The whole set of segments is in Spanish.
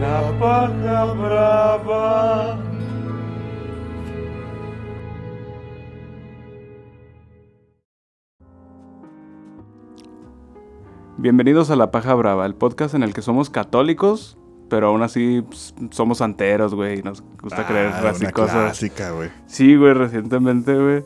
paja brava. Bienvenidos a La Paja Brava, el podcast en el que somos católicos, pero aún así pues, somos santeros, güey. y Nos gusta creer Ah, así una cosas. clásica, güey. Sí, güey, recientemente, güey.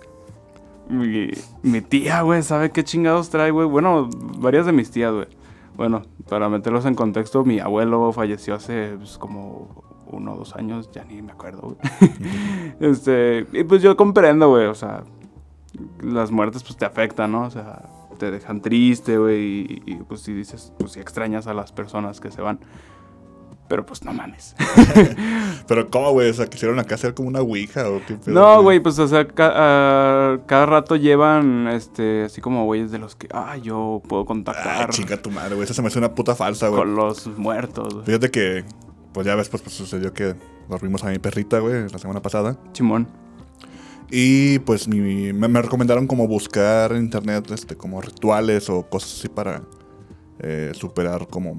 Mi, mi tía, güey, sabe qué chingados trae, güey. Bueno, varias de mis tías, güey. Bueno, para meterlos en contexto, mi abuelo falleció hace pues, como uno o dos años, ya ni me acuerdo, güey. este, y pues yo comprendo, güey, o sea, las muertes pues te afectan, ¿no? O sea, te dejan triste, güey, y, y, pues si dices, pues si extrañas a las personas que se van. Pero pues no mames. Pero ¿cómo, güey? O sea, quisieron acá hacer como una ouija o qué pedo, No, güey, pues, o sea, ca- ah, cada rato llevan, este, así como güeyes de los que, ah, yo puedo Ay, contactar chinga tu madre, güey. Esa se me hace una puta falsa, güey. con los muertos, güey. Fíjate que, pues ya ves, pues, pues, sucedió que dormimos a mi perrita, güey, la semana pasada. Chimón. Y pues mi- me, me recomendaron como buscar en internet, este, como rituales o cosas así para eh, superar como,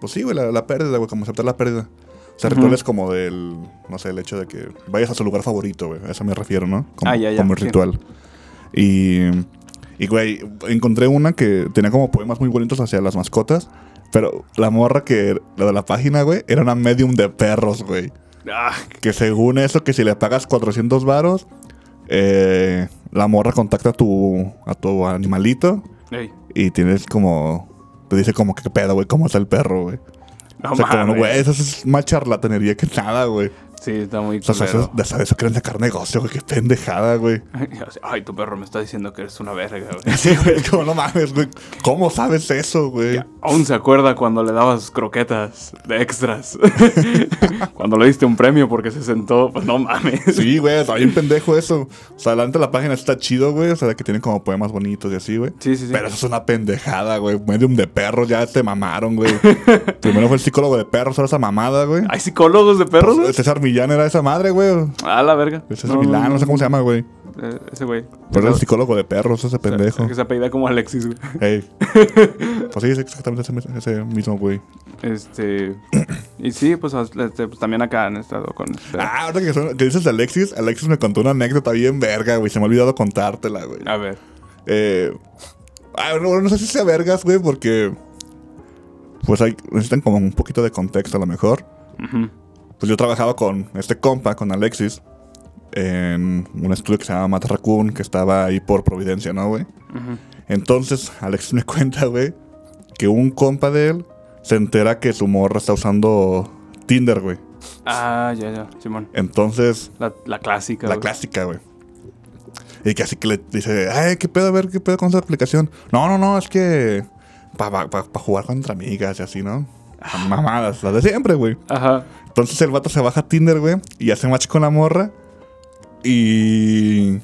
pues sí, güey, la, la pérdida, güey, como aceptar la pérdida. O sea, Ujú. rituales como del, no sé, el hecho de que vayas a su lugar favorito, güey. A eso me refiero, ¿no? Como, Ah, ya, ya, como el sí. ritual. Y, y, güey, encontré una que tenía como poemas muy bonitos hacia las mascotas. Pero la morra que, la de la página, güey, era una medium de perros, güey. Ah, Que según eso, que si le pagas 400 varos, eh, la morra contacta a tu, a tu animalito ey, y tienes como... Te dice como, ¿qué pedo, güey? ¿Cómo está el perro, güey? no o sea, como, mames. no, güey, eso es más charlatanería que nada, güey. Sí, está muy O sea, culero. eso, de saber eso quieren sacar negocio, güey. Qué pendejada, güey. Ay, tu perro me está diciendo que eres una verga, güey. Sí, güey, es como, no mames, güey. ¿Cómo sabes eso, güey? Ya, Aún se acuerda cuando le dabas croquetas de extras. cuando le diste un premio porque se sentó, pues no mames. Sí, güey, está bien pendejo eso. O sea, adelante la página está chido, güey. O sea, que tienen como poemas bonitos y así, güey. Sí, sí, sí. Pero eso es una pendejada, güey. Medium de perros, ya te mamaron, güey. Primero fue el psicólogo de perros, ahora esa mamada, güey. ¿Hay psicólogos de perros, güey? César Millán era esa madre, güey. Ah, la verga. El César Millán, no, sé cómo se llama, güey. Eh, Ese güey. Pero era el Ese- psicólogo de perros, ese pendejo. Que se apellida como Alexis, güey. Ey. Pues sí, es exactamente ese, ese mismo, güey. Este. y sí, pues, as- este, pues, también acá han estado con. este, Ah, ahorita que, son- que dices de Alexis, Alexis me contó una anécdota bien verga, güey. Se me ha olvidado contártela, güey. a ver. Eh, ah, no, no sé si sea vergas, güey, porque. Pues hay, necesitan como un poquito de contexto a lo mejor. Ujú. Pues yo trabajaba con este compa, con Alexis, en un estudio que se llama Mata Raccoon, que estaba ahí por Providencia, ¿no, güey? Ujú. Entonces, Alexis me cuenta, güey, que un compa de él se entera que su morra está usando Tinder, güey. Ah, ya, ya, Simón. Entonces, La, la clásica. La güey. clásica, güey. Y que así que le dice, ay, qué pedo, a ver, qué pedo con esa aplicación. No, no, no, es que. Para jugar contra amigas y así, ¿no? Mamadas, las de siempre, güey. Ajá. Entonces el vato se baja a Tinder, güey, y hace match con la morra. Y.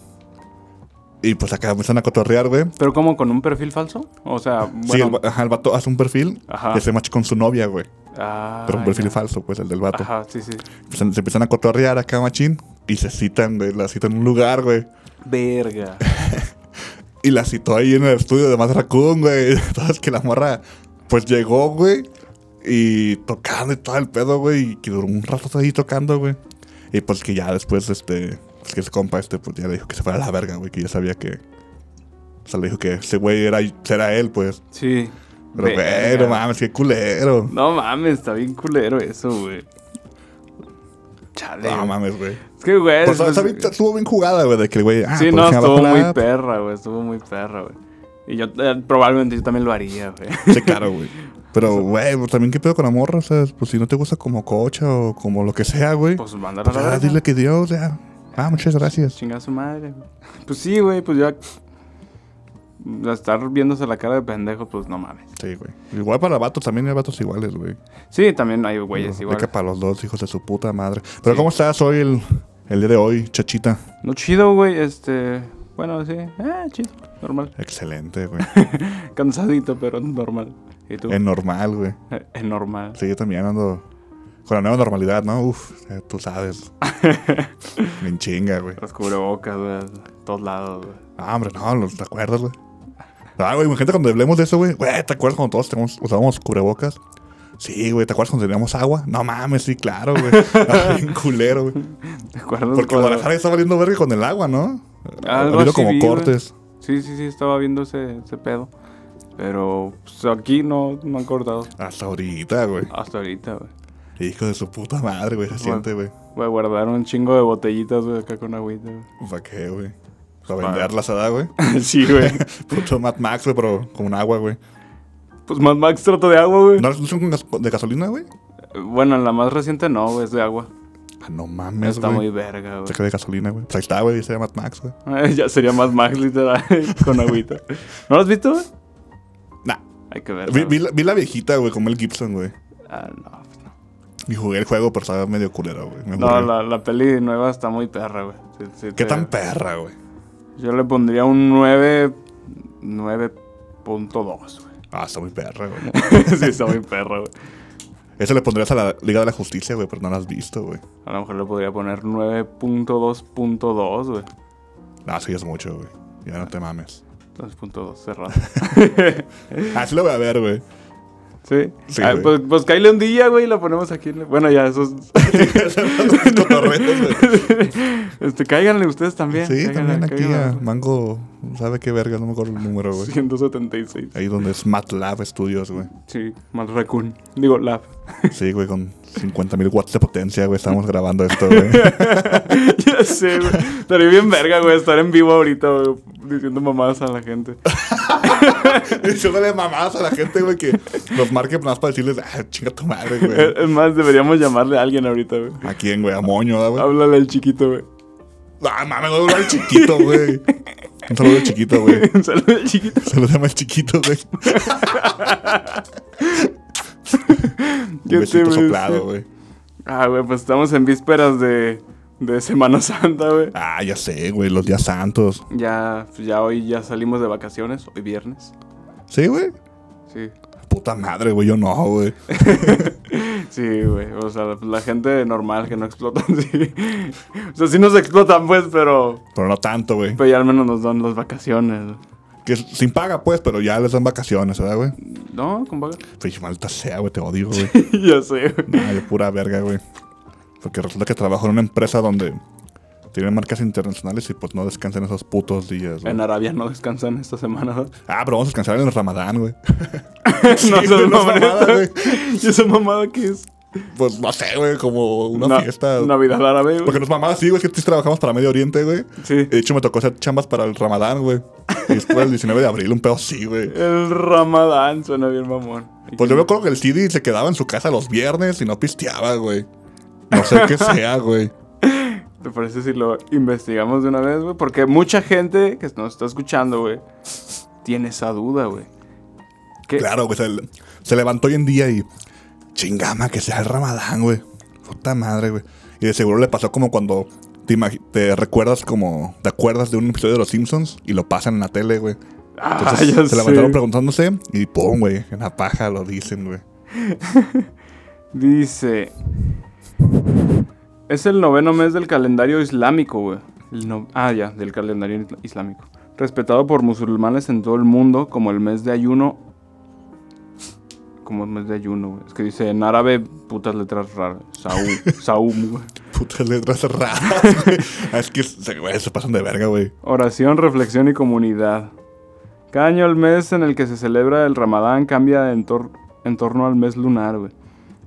Y pues acá empiezan a cotorrear, güey. Pero como con un perfil falso? O sea, bueno. sí, el, va- ajá, el vato hace un perfil Ajá. y hace match con su novia, güey. Ah, Pero un perfil ya. falso, pues, el del vato. Ajá, sí, sí. Empiezan- Se empiezan a cotorrear acá, machín, y se citan, güey. La citan en un lugar, güey. Verga. Y la citó ahí en el estudio de Más Raccoon, güey. Entonces que la morra, pues llegó, güey. Y tocando y todo el pedo, güey. Y que duró un rato ahí tocando, güey. Y pues que ya después, este, pues que ese compa, este, pues ya le dijo que se fuera a la verga, güey. Que ya sabía que. O sea, le dijo que ese güey era, era él, pues. Sí. Pero, güey, Verga. no mames, qué culero. No mames, está bien culero eso, güey. Chale. No güey. mames, güey. Es que, güey. Pues, es- está bien- estuvo bien jugada, güey, de que el güey. Ah, sí, pues, no, déjame estuvo bajar la muy app. perra, güey. Estuvo muy perra, güey. Y yo eh, probablemente yo también lo haría, güey. Sí, claro, güey. Pero, güey, pues, también qué pedo con la morra, o sea, pues si no te gusta como cocha o como lo que sea, güey. Pues mandar a Pues, la ah, verga. dile que Dios, ya. Ah, muchas gracias. Chinga su madre. güey. Pues sí, güey, pues ya. la Estar viéndose la cara de pendejo, pues no mames. Sí, güey. Igual para vatos, también hay vatos iguales, güey. Sí, también hay güeyes Aplica igual. para los dos hijos de su puta madre. Pero ¿cómo estás hoy, el, el día de hoy, chachita? No chido, güey, este. Bueno, sí. Ah, chido. Normal. Excelente, güey. Cansadito, pero normal. ¿Y tú? es normal, güey. Es normal. Sí, yo también ando con la nueva normalidad, ¿no? Uf, eh, tú sabes. Me chinga, güey. Los cubrebocas, güey. Todos lados, güey. Ah, hombre, no, los- ¿te acuerdas, güey? Ah, güey, imagínate cuando hablemos de eso, güey. Güey, ¿te acuerdas cuando todos tenemos- usábamos cubrebocas? Sí, güey, ¿te acuerdas cuando teníamos agua? No mames, sí, claro, güey. Estaba Bien culero, güey. ¿Te acuerdas? Porque cuando- Guadalajara está valiendo verga con el agua, ¿no? Algo Ha habido así como vi, güey. cortes. Sí, sí, sí, estaba viendo ese, ese pedo. Pero pues, aquí no, no han cortado Hasta ahorita, güey. hasta ahorita, güey. Hijo de su puta madre, güey, se Bueno. siente, güey. Voy a guardar un chingo de botellitas, güey, acá con agüita. güey. ¿Para qué, güey? Para venderlas, ¿verdad, güey? sí, güey. Puto Mad Max, güey, pero con agua, güey. Pues más Max trato de agua, güey. ¿No las usan con gas- de gasolina, güey? Bueno, en la más reciente no, güey, es de agua. Ah, no mames, Está muy güey. verga, Saca de gasolina, güey. Pues ahí está, güey, dice Mad Max, güey. güey. ya sería más Max, literal, con agüita. ¿No lo has visto, güey? Nah. Hay que ver. Vi, vi la, vi la viejita, güey, como el Gibson, güey. Ah, no, pues no. Y jugué el juego, pero estaba medio culero, güey. Me No, la, aburrió. la peli nueva está muy perra, güey. Sí, sí te- ¿Qué tan perra, güey? Yo le pondría un 9... 9.2, güey. Ah, está muy perra, güey. sí, está muy perra, güey. Eso le pondrías a la Liga de la Justicia, güey, pero no la has visto, güey. A lo mejor le podría poner 9.2.2, güey. No, sí es mucho, güey. Ya no te mames. 2.2 cerrado. Ah, sí lo voy a ver, güey. Sí. Sí, Ah, güey. pues, pues cáile un día, güey, y la ponemos aquí. en la- Bueno, ya, esos. Cotorreos, güey. este, cáiganle ustedes también. Sí, cáiganle, también aquí a cáiganle. Mango, sabe qué verga, no me acuerdo el número, güey. 176. Ahí donde es MATLAB Studios, güey. Sí, mal raccoon. Digo, lab. Sí, güey, con 50.000 watts de potencia, güey, estamos grabando esto, güey. ya sé, güey. Estaría bien verga, güey, estar en vivo ahorita, güey, diciendo mamadas a la gente. Diciéndole mamadas a la gente, güey, que los marque nada más para decirles, ah, chinga tu madre, güey. Es más, deberíamos llamarle a alguien ahorita, güey. ¿A quién, güey? A Moño, ¿verdad, güey. Háblale al chiquito, güey. Ah, mames, güey, al chiquito, güey. Un saludo al chiquito, güey. Un saludo al chiquito. Saludame al chiquito, güey. ¿Qué te Un besito ves? soplado, güey. Ah, güey, pues estamos en vísperas de, de Semana Santa, güey. Ah, ya sé, güey, los días santos. Ya, pues ya hoy ya salimos de vacaciones, hoy viernes. Sí, güey. Sí, Puta madre, güey, yo no, güey. sí, güey. O sea, pues la gente normal que no explotan, sí. O sea, sí nos explotan, pues, pero, Pero no tanto, güey. pero ya al menos nos dan las vacaciones. Que es sin paga, pues, pero ya les dan vacaciones, ¿verdad, güey? No, con vaga. Pinche malta sea, güey, te odio, güey. ya sé, güey. Nah, yo pura verga, güey. Porque resulta que trabajo en una empresa donde tienen marcas internacionales y pues no descansan esos putos días, güey. En Arabia no descansan esta semana. ¿no? Ah, pero vamos a descansar en el ramadán, güey. no, güey, seas no es mamón, mamada, esa- güey. ¿Y esa mamada qué es? Pues no sé, güey, como una Na- fiesta. Navidad árabe, güey. Porque Eh. nos mamás sí, güey, que sí trabajamos para Medio Oriente, güey. Sí. De hecho, me tocó hacer chambas para el ramadán, güey. Y después el 19 de abril, un pedo sí, güey. El Ramadán suena bien mamón. Pues yo me acuerdo que el CD se quedaba en su casa los viernes y no pisteaba, güey. No sé qué sea, güey. ¿Te parece si lo investigamos de una vez, güey? Porque mucha gente que nos está escuchando, güey, tiene esa duda, güey. ¿Qué? Claro, güey. Se, se levantó hoy en día y. Chingama, que sea el ramadán, güey. Puta madre, güey. Y de seguro le pasó como cuando te, imagi- te recuerdas como. Te acuerdas de un episodio de Los Simpsons y lo pasan en la tele, güey. Ah, Entonces ya se sé. levantaron preguntándose y pum, güey. En la paja lo dicen, güey. Dice... Es el noveno mes del calendario islámico, güey. El no- Ah, ya, del calendario isla- islámico. Respetado por musulmanes en todo el mundo como el mes de ayuno... Como el mes de ayuno, güey. Es que dice en árabe putas letras raras. Saúl, Saúm, güey. Putas letras raras, güey. Ah, Es que se, güey, se pasan de verga, güey. Oración, reflexión y comunidad. Cada año el mes en el que se celebra el Ramadán cambia en, tor- en torno al mes lunar, güey.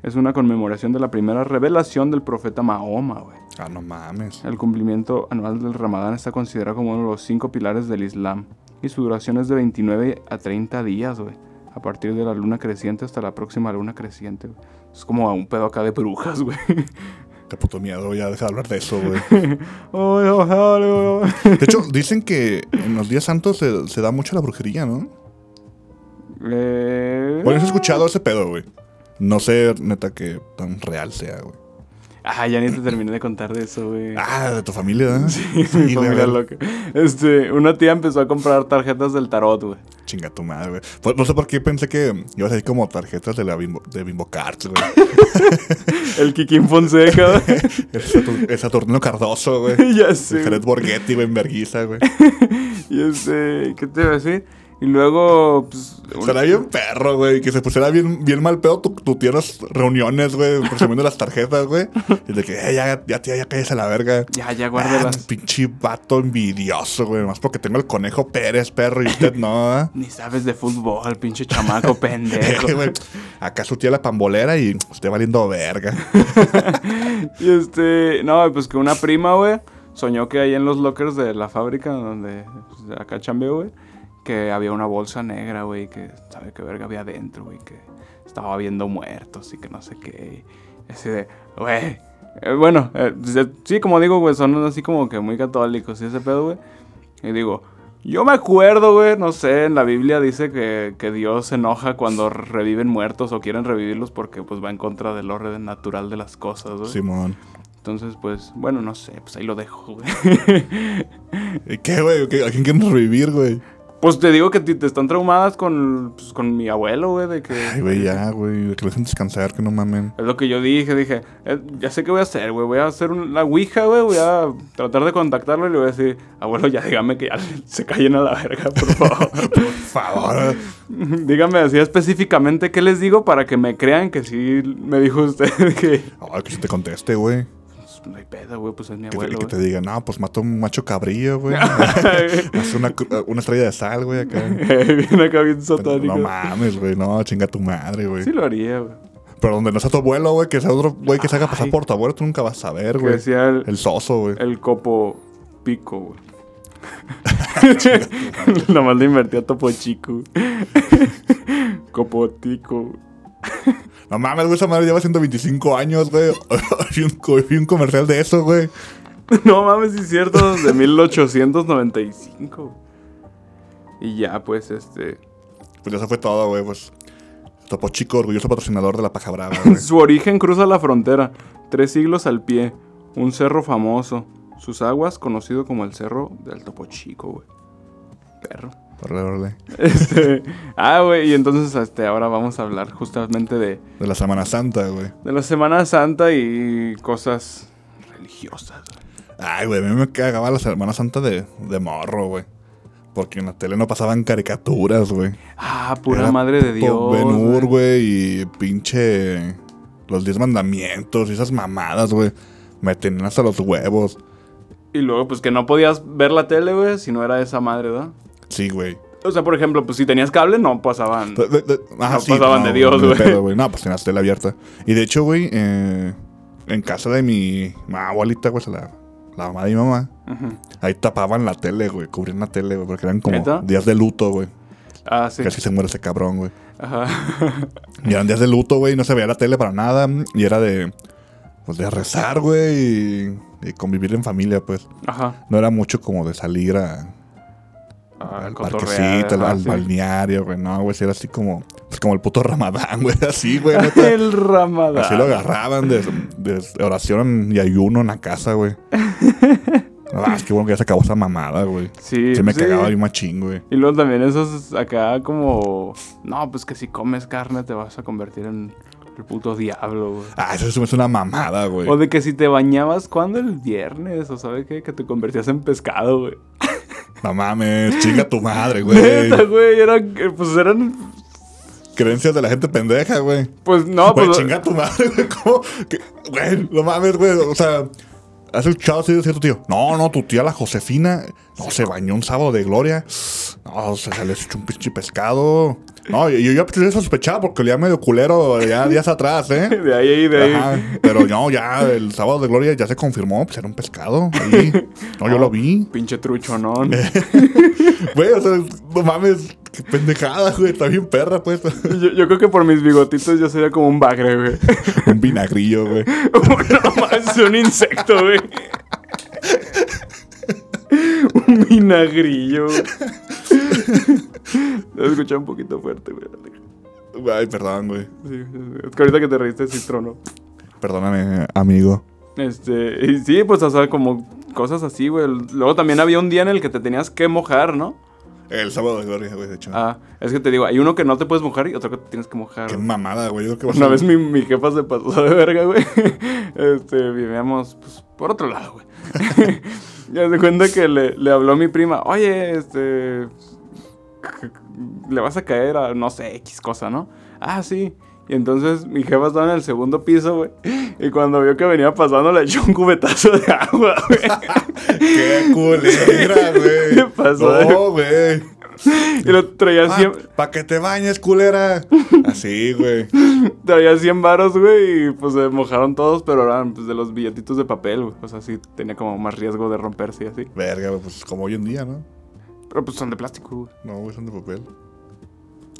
Es una conmemoración de la primera revelación del profeta Mahoma, güey. Ah, no mames. El cumplimiento anual del Ramadán está considerado como uno de los cinco pilares del Islam y su duración es de 29 a 30 días, güey. A partir de la luna creciente hasta la próxima luna creciente, güey. Es como a un pedo acá de brujas, güey. Qué puto miedo, ya deja de hablar de eso, güey. Ay, ojalá, güey. De hecho, dicen que en los días santos se, se da mucho la brujería, ¿no? Eh, Bueno, yo he escuchado ese pedo, güey. No sé, neta, que tan real sea, güey. Ah, ya ni te terminé de contar de eso, güey. Ah, de tu familia, ¿verdad? Mi Sí, güey, familia güey. loca. Este, una tía empezó a comprar tarjetas del tarot, güey. Chinga tu madre, güey. Pues, no sé por qué pensé que ibas a ir como tarjetas de la Bimbo, de Bimbo Cards, güey. El Kikín Fonseca. güey. El Satur- el Saturnino Cardoso, güey. ya El sé. Jared Borghetti, güey, en vergüenza, güey. Y este, ¿qué te iba a decir? Y luego, pues. un- Será bien perro, güey. Que se pusiera bien, bien mal pedo tu, tu tierras reuniones, güey, presumiendo las tarjetas, güey. Y de que, eh, ya, ya, tía, ya cállese a la verga. Ya, ya, Ah, guárdelas. pinche vato envidioso, güey. Más porque tengo el conejo Pérez, perro, y usted no, ¿ah? Ni sabes de fútbol, pinche chamaco pendejo. Eh, güey, Acá su tía la pambolera y usted valiendo verga. Y este, no, pues que una prima, güey, soñó que ahí en los lockers de la fábrica donde pues, acá chambeo, güey, que había una bolsa negra, güey, que sabe qué verga había adentro, güey, que estaba viendo muertos y que no sé qué. Y así de, güey. eh, bueno, eh, pues, eh, sí, como digo, güey, son así como que muy católicos y ese pedo, güey. Y digo, yo me acuerdo, güey, no sé, en la Biblia dice que, que Dios se enoja cuando reviven muertos o quieren revivirlos porque pues va en contra del orden natural de las cosas, güey. Simón. Entonces, pues, bueno, no sé, pues ahí lo dejo, güey. ¿Y qué, güey? ¿Qué- ¿A quién quieren revivir, güey? pues te digo que ti- te están traumadas con, pues, con mi abuelo, güey, de que... Ay, güey, ya, güey. Que lo dejen descansar, que no mamen. Es lo que yo dije, dije, eh, ya sé qué voy a hacer, güey, voy a hacer una ouija, güey, voy a tratar de contactarlo y le voy a decir, abuelo, ya dígame que ya se callen a la verga, por favor. Por favor. dígame así específicamente qué les digo para que me crean que sí me dijo usted que... Ay, que se te conteste, güey. Pues, no hay pedo, güey, pues es mi Que, te- abuelo, que te güey. diga, no, pues mato un macho cabrillo, güey. Haz una, cru- eh, una estrella de sal, güey, acá. Viene acá bien No satánico. mames, güey, no, chinga tu madre, güey. sí lo haría, güey. Pero donde no sea tu abuelo, güey, que sea otro güey que se haga pasar Ay. por tu abuelo, tú nunca vas a saber, Que güey. decía el, El soso, güey. El copo pico, güey. Nomás le invertí a topo chico. Copotico. No mames, güey, esa madre lleva 125 años, güey. vi, un, co- vi un comercial de eso, güey. No mames, sí es cierto, de 1895. Y ya, pues, este. Pues eso fue todo, güey, pues. Topo Chico, orgulloso patrocinador de la paja brava, güey. Su origen cruza la frontera. Tres siglos al pie. Un cerro famoso. Sus aguas, conocido como el cerro del topo chico, güey. Perro. Órale, órale. Este. Ah, güey, y entonces, este, ahora vamos a hablar justamente de. De la Semana Santa, güey. De la Semana Santa y cosas religiosas. Ay, güey, a mí me cagaba la Semana Santa de, de morro, güey. Porque en la tele no pasaban caricaturas, güey. Ah, pura Era madre de Dios. puto Ben güey. Hur, güey, y pinche. Los 10 mandamientos y esas mamadas, güey. Me tenían hasta los huevos. Y luego, pues que no podías ver la tele, güey, si no era esa madre, ¿verdad? Sí, güey. O sea, por ejemplo, pues si tenías cable, no pasaban. De- de- de- ah, No pasaban de Dios, ni güey. pedo, No, pues tenías tele abierta. Y de hecho, güey, eh, en casa de mi ma- abuelita, güey, se la, la mamá de mi mamá, Ujú. ahí tapaban la tele, güey, cubrían la tele, güey, porque eran como ¿Neta? días de luto, güey. Ah, sí. Casi se muere ese cabrón, güey. Ajá. Y eran días de luto, güey, no se veía la tele para nada. Y era de. Pues de rezar, güey, y, y convivir en familia, pues. Ajá. No era mucho como de salir a, Ah, al cotorrear, parquecito, al, ajá, al sí. balneario, güey. No, güey, sí era así como. Pues como el puto ramadán, güey, así, güey, neta. El ramadán. Así lo agarraban de, de oración y ayuno en la casa, güey. Ah, es que bueno que ya se acabó esa mamada, güey. Sí, pues, Se me sí. cagaba bien machín, güey. Y luego también esos acá como... No, pues que si comes carne te vas a convertir en el puto diablo, güey. Ah, eso se me hace una mamada, güey. O de que si te bañabas, ¿cuándo? El viernes, o sabe qué, que te convertías en pescado, güey. No mames, chinga tu madre, güey. Neta, güey, eran, eh, pues eran, Creencias de la gente pendeja, güey. pues no, Güey, pues... chinga tu madre, güey. ¿Cómo? ¿Qué? Güey, no mames, güey. O sea, has escuchado así decir tu tío. No, no, tu tía la Josefina no se bañó un sábado de gloria. No, se salió hecho un pinche pescado. No, yo, yo ya sospechaba porque olía medio culero ya días atrás, ¿eh? De ahí, de ahí. Ajá, pero no, ya el sábado de gloria ya se confirmó, pues era un pescado. ahí. No, yo lo vi. Pinche truchonón. Eh. Güey, o sea, no mames, qué pendejada, güey. Está bien perra, pues. Yo, yo creo que por mis bigotitos yo sería como un bagre, güey. un vinagrillo, güey. no más, es un insecto, güey. un vinagrillo. güey. Lo escuché un poquito fuerte, güey. Ay, perdón, güey. Sí, es que ahorita que te reíste, sí trono. Perdóname, amigo. Este, y sí, pues, o sea, como cosas así, güey. Luego también había un día en el que te tenías que mojar, ¿no? El sábado de gloria, güey, de hecho. Ah, es que te digo, hay uno que no te puedes mojar y otro que te tienes que mojar. Qué mamada, güey. Yo creo que vas Una a- vez mi, mi jefa se pasó de verga, güey. Este, vivíamos, pues, por otro lado, güey. ya se cuenta que le, le habló mi prima, oye, este, le vas a caer a no sé, X cosa, ¿no? Ah, sí. Y entonces mi jefa estaba en el segundo piso, güey. Y cuando vio que venía pasando, le echó un cubetazo de agua, güey. ¡Qué culera, güey! ¿Qué pasó, No, güey. y lo traía Ah, 100, pa' que te bañes, culera. Así, güey. traía 100 varos, güey. Y pues se mojaron todos, pero eran pues, de los billetitos de papel, güey. O sea, sí tenía como más riesgo de romperse y así. Verga, güey, pues como hoy en día, ¿no? Pero pues son de plástico, güey. No, güey, son de papel.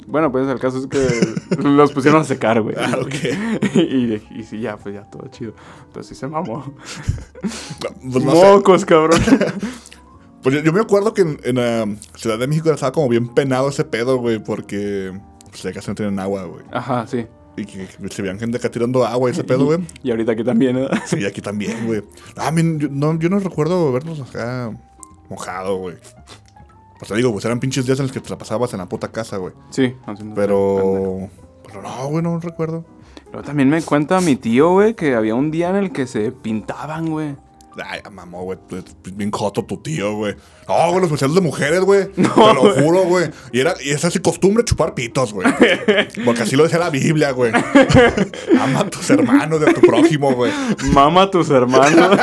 Bueno, pues el caso es que los pusieron a secar, güey. Ah, ok. y, y sí, ya, pues ya, todo chido. Pero sí se mamó. No, pues, no sé. Mocos, cabrón. Pues yo, yo me acuerdo que en, en, ah, Ciudad de México estaba como bien penado ese pedo, güey, porque pues, ya casi no tienen agua, güey. Ajá, sí. Y que, que se veían gente acá tirando agua y ese pedo, güey. Y ahorita aquí también, ¿eh? Sí, y aquí también, güey. Ah, men, yo, no, yo no recuerdo vernos acá mojado, güey. O sea, digo, pues eran pinches días en los que te la pasabas en la puta casa, güey. Sí, haciendo- Pero. Pero no, güey, no recuerdo. Pero también me cuenta mi tío, güey, que había un día en el que se pintaban, güey. Ay, mamó, güey. tú eres Bien joto tu tío, güey. No, güey, los especiales de mujeres, güey. te lo güey. juro, güey. Y, era, y es así costumbre chupar pitos, güey. Porque así lo decía la Biblia, güey. Ama a tus hermanos y a tu prójimo, güey. Mama a tus hermanos.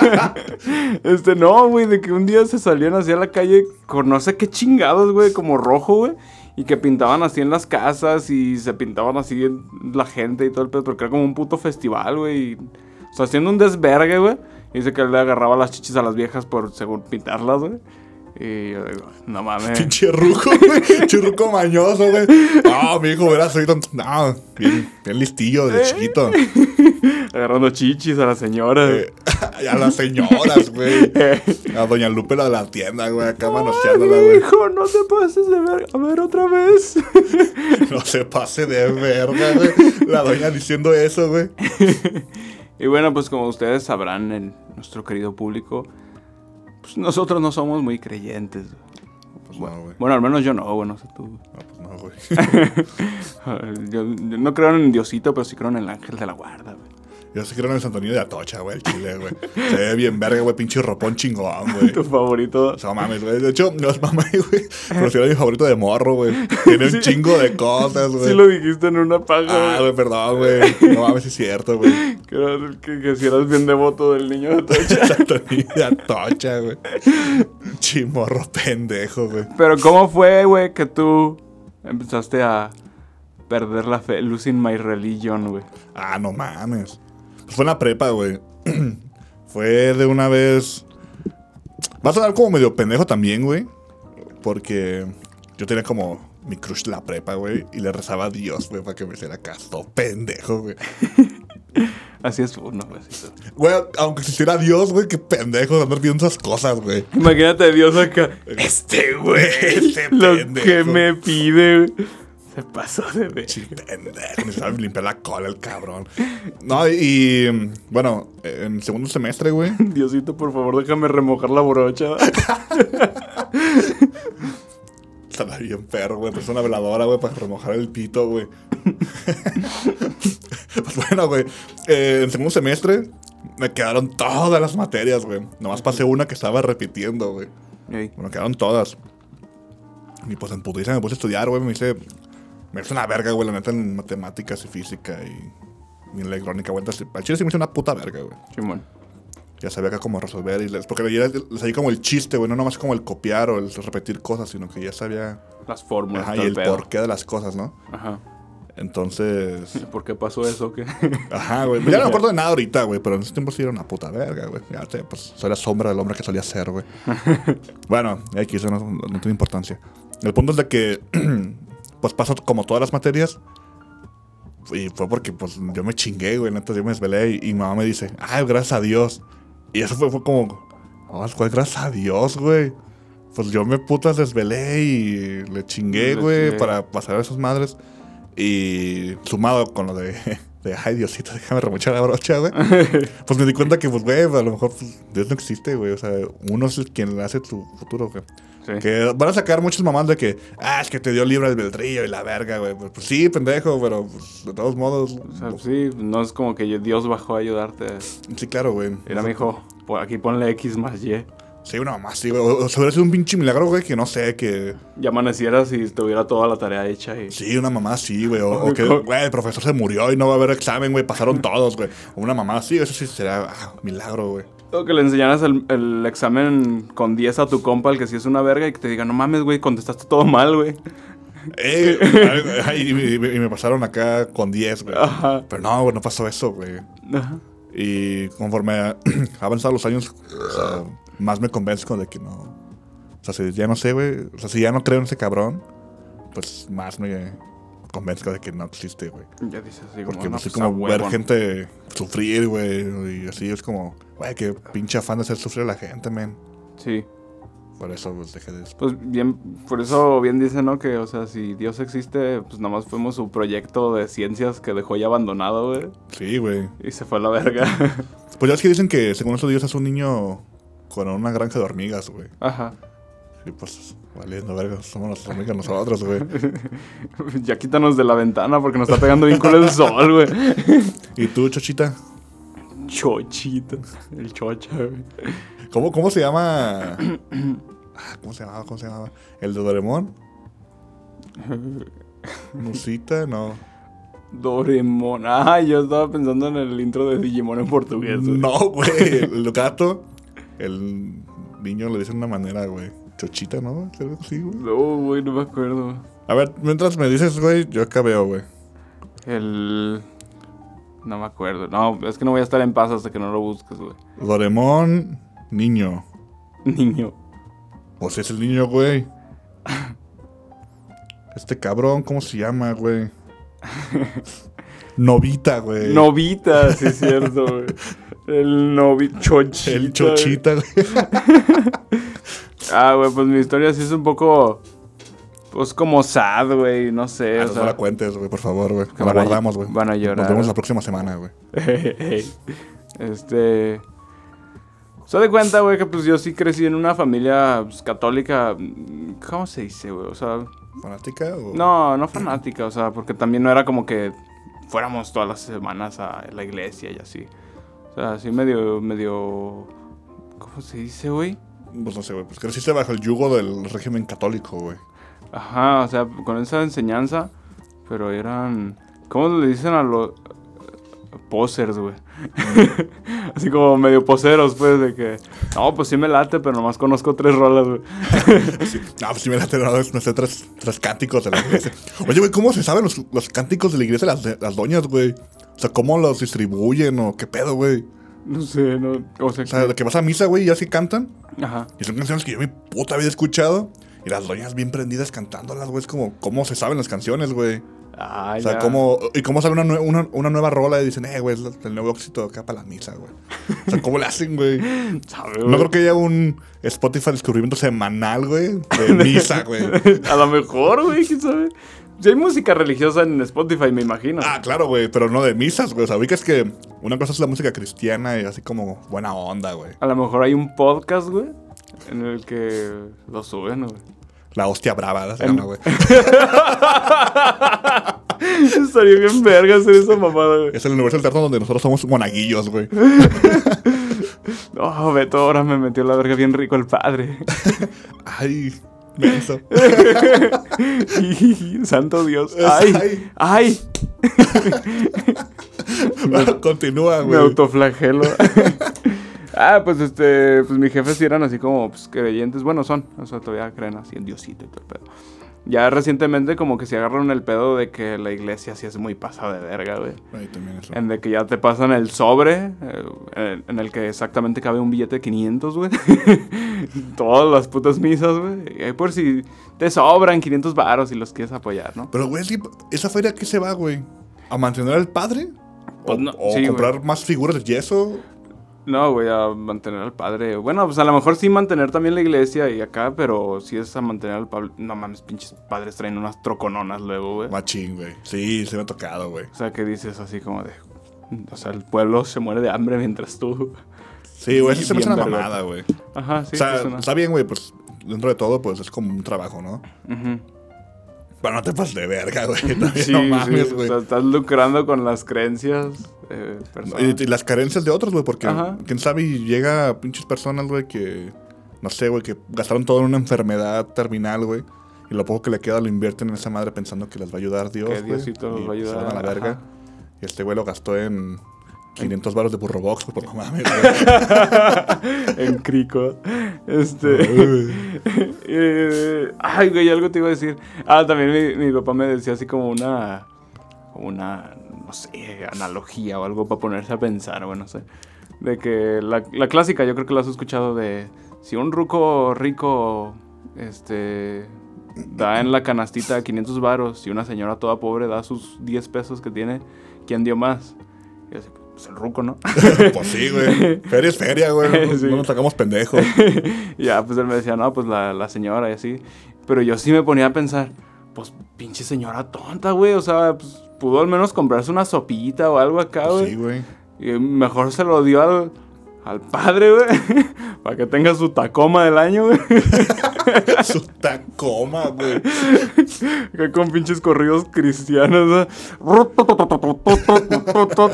este, no, güey, de que un día se salían así a la calle con no sé qué chingados, güey, como rojo, güey. Y que pintaban así en las casas y se pintaban así en la gente y todo el pedo, porque era como un puto festival, güey. y- O sea, haciendo un desvergue, güey. Y Dice que le agarraba las chichis a las viejas por según pintarlas, güey. Y yo digo, no mames. Pinche ruco, güey. Chirruco mañoso, güey. No, mi hijo, verás, ahorita. No, bien, bien listillo Eh. desde chiquito. Agarrando chichis a las señoras. Eh, a las señoras, güey. Eh. A Doña Lupe, la de la tienda, güey. Acá manoseándola, güey. Hijo, no te pases de ver. A ver, otra vez. No se pase de verga, güey. La doña diciendo eso, güey. y bueno, pues como ustedes sabrán, en nuestro querido público, pues nosotros no somos muy creyentes. güey. Pues no, güey. Bueno, al menos yo no, bueno, no sé tú. No, pues no, güey. yo, yo no creo en Diosito, pero sí creo en el ángel de la guarda. güey. Yo sí creo en el San Antonio de Atocha, güey, el chile, güey. Se ve bien verga, güey, pinche ropón chingón, güey. Tu favorito. O sea, mames, güey. De hecho, no es mamá, güey. Pero sí era mi favorito de morro, güey. Tiene un chingo de cosas, güey. Sí lo dijiste en una paja, Ah, güey, güey, perdón, güey. No mames, sí es cierto, güey. que, eras- que, que si eras bien devoto del niño de Tocha. San Antonio de Atocha, güey. Chimorro pendejo, güey. Pero ¿cómo fue, güey, que tú empezaste a perder la fe, losing my religion, güey? Ah, no mames. Pues fue en la prepa, güey. fue de una vez. Va a sonar como medio pendejo también, güey. Porque yo tenía como mi crush de la prepa, güey. Y le rezaba a Dios, güey, para que me hiciera caso. Pendejo, güey. Así es uno, güey. así es. Güey, aunque existiera Dios, güey, qué pendejo de andar viendo esas cosas, güey. Imagínate a Dios acá. Este güey. Este lo pendejo. que me pide. güey. Se pasó de ver. Sí, pendejo, me sabe limpiar la cola el cabrón. No, y mm, bueno, en segundo semestre, güey. Diosito, por favor, déjame remojar la brocha. Estaba bien perro, güey. Puso una veladora, güey, para remojar el pito, güey. pues bueno, güey. eh, en segundo semestre me quedaron todas las materias, güey. Nomás pasé una que estaba repitiendo, güey. Ey, Bueno, quedaron todas. Y pues en putiza me puse a estudiar, güey. Me hice. Me hice una verga, güey, la neta, en matemáticas y física y. Y en electrónica, güey. Entonces, al chile sí me hice una puta verga, güey. Simón. Ya sabía acá cómo resolver. Y les, porque les, les sabía como el chiste, güey. No nomás como el copiar o el repetir cosas, sino que ya sabía. Las fórmulas. Ajá, Pues todo y el pedo. porqué de las cosas, ¿no? Ajá. Entonces. ¿Por qué pasó eso? ¿Qué? Ajá, güey. Ya no me acuerdo de nada ahorita, güey, pero en ese tiempo sí era una puta verga, güey. Ya sé, pues soy la sombra del hombre que solía ser, güey. bueno, X, eso no, no tiene importancia. El punto es de que, pues pasó como todas las materias. Y fue porque, pues yo me chingué, güey. Entonces yo me desvelé y, y mi mamá me dice, ay, gracias a Dios. Y eso fue, fue como, oh, ¿cuál gracias a Dios, güey? Pues yo me putas desvelé y le chingué, Le güey, chingué. para pasar a esas madres. Y sumado con lo de, de ay Diosito, déjame remochar la brocha, güey. pues me di cuenta que, pues, güey, a lo mejor pues, Dios no existe, güey. O sea, uno es el quien hace tu futuro, güey. Sí. Que van a sacar muchas mamás de que, ah, es que te dio libre albedrío y la verga, güey. Pues, pues sí, pendejo, pero pues, de todos modos. pues, O sea, sí, no es como que yo- Dios bajó a ayudarte. Sí, claro, güey. Era mi hijo. Por aquí ponle X más Y. Sí, una mamá, sí, güey. O, o sea, hubiera sido un pinche milagro, güey, que no sé, que. Ya amanecieras y tuviera toda la tarea hecha y... Sí, una mamá sí, güey. O, o que, Co- güey, el profesor se murió y no va a haber examen, güey. Pasaron todos, güey. O una mamá sí, eso sí sería ah, milagro, güey. O que le enseñaras el, el examen con 10 a tu compa, el que sí es una verga, y que te diga, no mames, güey, contestaste todo mal, güey. Eh, ay, y, me- y me- y me pasaron acá con 10, güey. Ajá. Pero no, güey, no pasó eso, güey. Ajá. Y conforme ha avanzado los años, o sea, más me convenzco de que no. O sea, si ya no sé, güey. O sea, si ya no creo en ese cabrón, pues más me convenzco de que no existe, güey. Ya dices así, Porque no, así pues, a como huevo, ver ¿no? gente sufrir, güey. Y así es como, güey, qué pinche afán de hacer sufrir a la gente, men. Sí. Por eso pues, dejé de. Pues bien, por eso bien dice, ¿no? Que, o sea, si Dios existe, pues nada más fuimos su proyecto de ciencias que dejó ya abandonado, güey. Sí, güey. Y se fue a la verga. Pues ya es que dicen que según eso Dios es un niño con una granja de hormigas, güey. Ajá. Y pues, valiendo verga, somos las hormigas nosotros, güey. Ya quítanos de la ventana porque nos está pegando bien culo el sol, güey. ¿Y tú, Chochita? Chochito. El chocha, güey. ¿Cómo, cómo se llama? Ah, ¿Cómo se llamaba? ¿Cómo se llamaba? ¿El de Doremón? Musita, no. Doremon. Ah, yo estaba pensando en el intro de Digimon en portugués. güey. No, güey. El gato. El niño le dice de una manera, güey. Chochita, ¿no? Creo que sí, güey. No, güey, no me acuerdo. A ver, mientras me dices, güey, yo acá veo, güey. El. No me acuerdo. No, es que no voy a estar en paz hasta que no lo busques, güey. Doremón, niño. Niño. O si es el niño, güey. Este cabrón, ¿cómo se llama, güey? Novita, güey. Novita, sí es cierto, güey. El novi... Chochita. El chochita, güey. Ah, güey, pues mi historia sí es un poco... Pues como sad, güey, no sé. Ah, o no sea- la cuentes, güey, por favor, güey. La van a- guardamos, güey. van a llorar. Nos vemos la próxima semana, güey. este. Se de cuenta, güey, que pues yo sí crecí en una familia pues, católica. mm, ¿Cómo se dice, güey? O sea, ¿Fanática o...? no, no fanática, o sea, porque también no era como que fuéramos todas las semanas a la iglesia y así. O sea, así medio, medio. ¿Cómo se dice, güey? Pues no sé, güey. Pues creciste bajo el yugo del régimen católico, güey. Ajá, o sea, con esa enseñanza, pero eran. ¿Cómo le dicen a los. posers, güey? Así como medio poseros, pues, de que. No, pues sí me late, pero nomás conozco tres rolas, güey. Sí. No, pues sí me la tengo, no sé, tres, tres cánticos de la iglesia. Oye, güey, ¿cómo se saben los, los cánticos de la iglesia las, las doñas, güey? O sea, ¿cómo los distribuyen o qué pedo, güey? No sé, no. O sea, O sea, de que vas a misa, güey, y así cantan. ajá. Y son canciones que yo mi puta había escuchado. Y las doñas bien prendidas cantándolas, güey. Es como, ¿cómo se saben las canciones, güey? Ah, O sea, ya. ¿cómo, ¿y cómo sale una, nue- una, una nueva rola y dicen, eh, güey, es la- el nuevo éxito acá para la misa, güey? O sea, ¿cómo le hacen, güey? Sabe, No güey. creo que haya un Spotify descubrimiento semanal, güey, de misa, güey. A lo mejor, güey, quién sabe. Si hay música religiosa en Spotify, me imagino. Ah, claro, güey, pero no de misas, güey. O sea, ubicas que una cosa es la música cristiana y así como buena onda, güey. A lo mejor hay un podcast, güey, en el que lo suben, güey. La hostia brava, Em. se llama, güey. Estaría bien verga hacer esa mamada, güey. Es el universo alterno donde nosotros somos monaguillos, güey. No, Oh, Beto, ahora me metió la verga bien rico el padre. Ay, menso. Santo Dios. Ay, ay, Continúa, me Ah, güey. autoflagelo. Ah, pues este, pues mis jefes sí eran así como pues, creyentes, bueno, son, o sea, todavía creen así en Diosito y todo el pedo. Ya recientemente como que se agarraron el pedo de que la iglesia sí es muy pasada de verga, güey. Ay, también eso. En de que ya te pasan el sobre, eh, en, en el que exactamente cabe un billete de 500, güey. Todas las putas misas, güey. Ahí por si te sobran 500 varos y los quieres apoyar, ¿no? Pero, güey, es que ¿esa feria a qué se va, güey? ¿A mantener al padre? ¿O, Pues no, o sí, güey. comprar más figuras de yeso? No, güey, a mantener al padre. Bueno, pues a lo mejor sí mantener también la iglesia y acá, pero sí es a mantener al padre. No mames, pinches padres traen unas trocononas luego, güey. Machín, güey. Sí, se me ha tocado, güey. O sea, que dices así como de... O sea, el pueblo se muere de hambre mientras tú... Sí, güey, eso se me hace Bien una verga. mamada, güey. Ajá, sí. o sea, pues, una- está bien, güey, pues dentro de todo, pues es como un trabajo, ¿no? Ujú. Pero no te pases de verga, güey. también, Sí, no sí, mames, o güey. sea, estás lucrando con las creencias eh, personales. y, y las carencias de otros, güey, porque Ajá. quién sabe y llega a pinches personas, güey, que no sé, güey, que gastaron todo en una enfermedad terminal, güey. Y lo poco que le queda lo invierten en esa madre pensando que les va a ayudar Dios. Que güey, Diosito los va a y, pues, se ayudar, van a la ajá. verga. Y este güey lo gastó en 500 baros de burro box, güey, por no mames, güey. en crico. Este. eh, ay, güey, algo te iba a decir. Ah, también mi, mi papá me decía así como una. como Una. No sé, analogía o algo para ponerse a pensar, bueno, no sé. De que la, la clásica, yo creo que la has escuchado de. Si un ruco rico. Este. Da en la canastita 500 varos y una señora toda pobre da sus 10 pesos que tiene, ¿quién dio más? Y yo así, pues el ruco, ¿no? pues sí, güey. Feria es feria, güey. No, Sí. no nos sacamos pendejos. Y ya, pues él me decía, no, pues la, la señora y así. Pero yo sí me ponía a pensar, pues pinche señora tonta, güey. O sea, pues, pudo al menos comprarse una sopita o algo acá, Pues sí, Ah, güey. güey. y mejor se lo dio al, al padre, güey. para que tenga su tacoma del año, güey. Su tacoma, güey. que con pinches corridos cristianos. ¿no?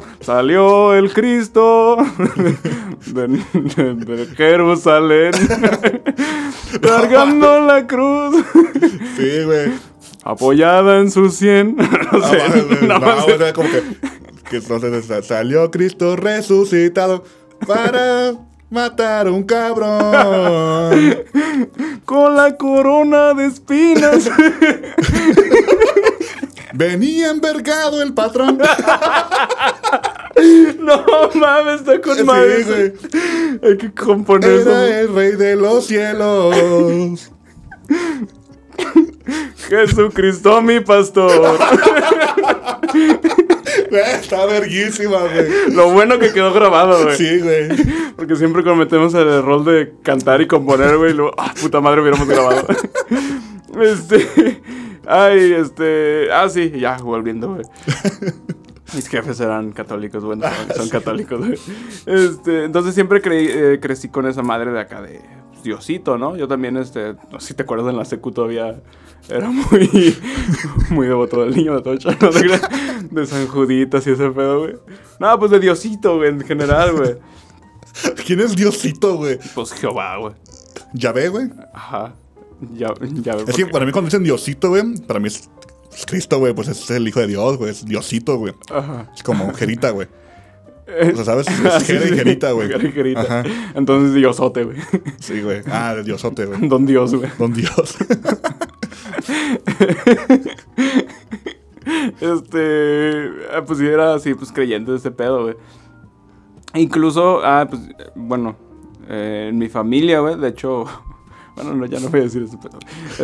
Salió el Cristo de, de- de Jerusalén. cargando la cruz. Sí, güey. apoyada en su 100. No Ah, sé, mames, güey. nada No, más. güey, era como que, que entonces sa- salió Cristo resucitado para matar a un cabrón. Con la corona de espinas. Venía envergado el patrón. no mames, está con Sí, madre. güey. Hay que componer eso. Era el rey de los cielos. Jesucristo, mi pastor. Güey, Está verguísima, güey. Lo bueno que quedó grabado, güey. Sí, güey. Porque siempre cometemos el error de cantar y componer, güey, y luego, ah, puta madre, hubiéramos grabado. este. Ay, este. Ah, sí, ya, volviendo, güey. Mis jefes eran católicos, bueno, son- son católicos, güey. Este, entonces siempre creí- eh, crecí con esa madre de acá de Diosito, ¿no? Yo también, este, no sé si te acuerdas, en la secu todavía era muy, muy devoto del niño de Atocha, ¿no? te creas, De San Juditas y ese pedo, güey. No, pues de Diosito, güey, en general, güey. ¿Quién es Diosito, güey? Pues Jehová, güey. Ya ve, güey. Ajá. Ya, ya ve. Es que para mí cuando dicen Diosito, güey, para mí es es Cristo, güey, pues es el hijo de Dios, güey, es Diosito, güey. Ajá. Es como Jerita, güey. Eh, O sea, ¿sabes? sí, Es Jera y sí. Jerita, güey. Jera y Jerita. Ajá. Entonces Diosote, güey. Sí, güey. Ah, el Diosote, güey. Don Dios, güey. Don Dios. Este. ah, Pues sí, era así, pues creyente de ese pedo, güey. Incluso, ah, pues, bueno, eh, en mi familia, güey, de hecho. Bueno, no, ya no voy a decir eso, pero.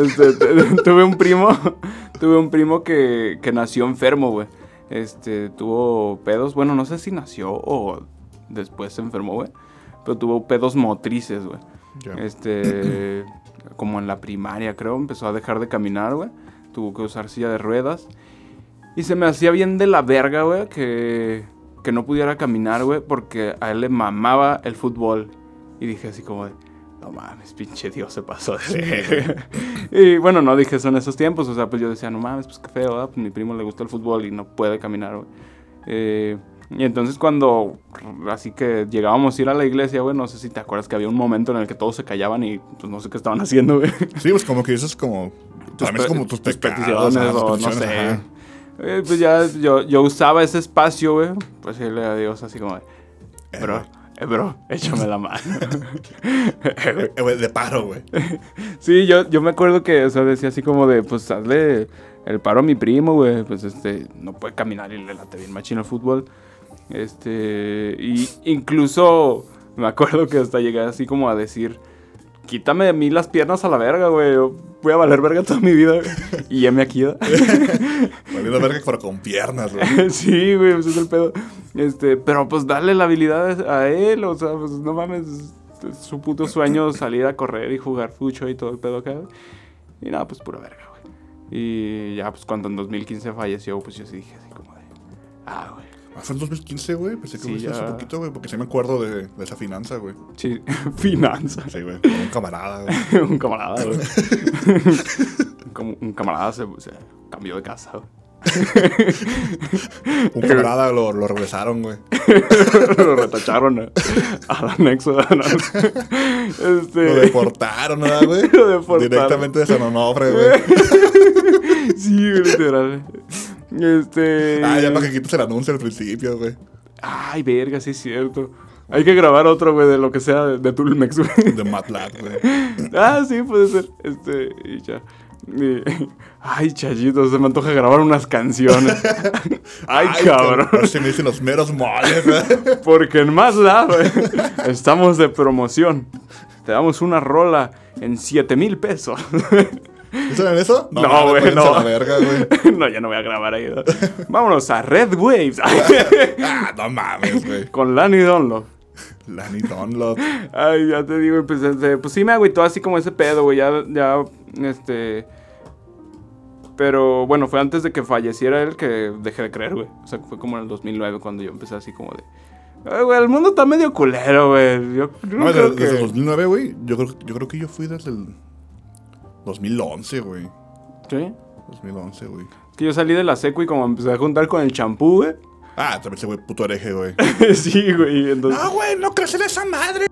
Este, te- tuve un primo. Tuve un primo que, que nació enfermo, güey. Este, tuvo pedos. Bueno, no sé si nació o después se enfermó, güey. Pero tuvo pedos motrices, güey. Ya. Este, como en la primaria, creo, empezó a dejar de caminar, güey. Tuvo que usar silla de ruedas. Y se me hacía bien de la verga, güey, que, que no pudiera caminar, güey, porque a él le mamaba el fútbol. Y dije así como de, no mames, pinche Dios se pasó de verga". Y bueno, no dije eso en esos tiempos, o sea, pues yo decía, no mames, pues qué feo, ¿verdad? Pues mi primo le gusta el fútbol y no puede caminar, güey. Eh, y entonces cuando, así que llegábamos a ir a la iglesia, güey, no sé si te acuerdas que había un momento en el que todos se callaban y pues no sé qué estaban haciendo, güey. Sí, pues como que eso es como. Para mí es como tus, pecados, ajá, peticiones tus o no peticiones, sé. ajá. Eh, pues ya yo, yo usaba ese espacio, güey, pues decirle a Dios así como, de, bro, eh, bro, échame la mano. Eh, güey, de paro, güey. Sí, yo, yo me acuerdo que, o sea, decía así como de, pues, hazle el paro a mi primo, güey. Pues, este, no puede caminar y le late bien machino el fútbol. Este, y incluso me acuerdo que hasta llegué así como a decir, quítame de mí las piernas a la verga, güey. yo Voy a valer verga toda mi vida. Y ya me aquí, ¿verdad? Valiendo verga, pero con piernas, güey. sí, güey, pues es el pedo. Este, pero pues darle la habilidad a él, o sea, pues no mames, es- es su puto sueño salir a correr y jugar fucho y todo el pedo acá. Y nada, pues pura verga, güey. Y ya, pues cuando en 2015 falleció, pues yo sí dije así como de, ah, güey. Ah, fue en 2015, güey. Pensé que Sí, lo hice hace ya. poquito, güey. Porque sí me acuerdo de, de esa finanza, güey. Sí, finanza. Sí, güey. Con un camarada, güey. un camarada, güey. Como un camarada se, se cambió de casa, güey. Un camarada lo, lo regresaron, güey. lo retacharon a- al anexo. ¿no? Lo Este, deportaron, ¿verdad, güey? Lo deportaron. Directamente de San Onofre, güey. sí, güey, literal. Este. Ah, ya para que quites el anuncio al principio, güey. Ay, verga, sí es cierto. Hay que grabar otro, güey, de lo que sea de, de Tulmex, güey. De MATLAB, güey. ah, sí, puede ser. Este, y ya. Y- ay, chayito, se me antoja grabar unas canciones. ay, cabrón. Pero se me dicen los meros moles, güey. Porque en más Lab estamos de promoción. Te damos una rola en 7 mil pesos. ¿Usan eso? No, güey, váyanse no. a la verga, güey. no, ya no voy a grabar ahí. ¿no? Vámonos a Red Waves. Ah, no mames, güey. Con Lani Donlo. Lani Dunlop. Ay, ya te digo, pues, este, pues sí me agüitó así como ese pedo, güey. Ya, ya, este. Pero bueno, fue antes de que falleciera él que dejé de creer, güey. O sea, fue como en el 2009 cuando yo empecé así como de. "Ay, güey, el mundo está medio culero, güey. Yo, yo No, creo desde, desde que- 2009, güey. Yo creo, yo creo que yo fui desde el 2011, güey. ¿Sí? 2011, güey. Que yo salí de la secu y como empecé a juntar con el champú, güey. Ah, también ese güey puto hereje, güey. sí, güey. Entonces, No, güey, no crees en esa madre.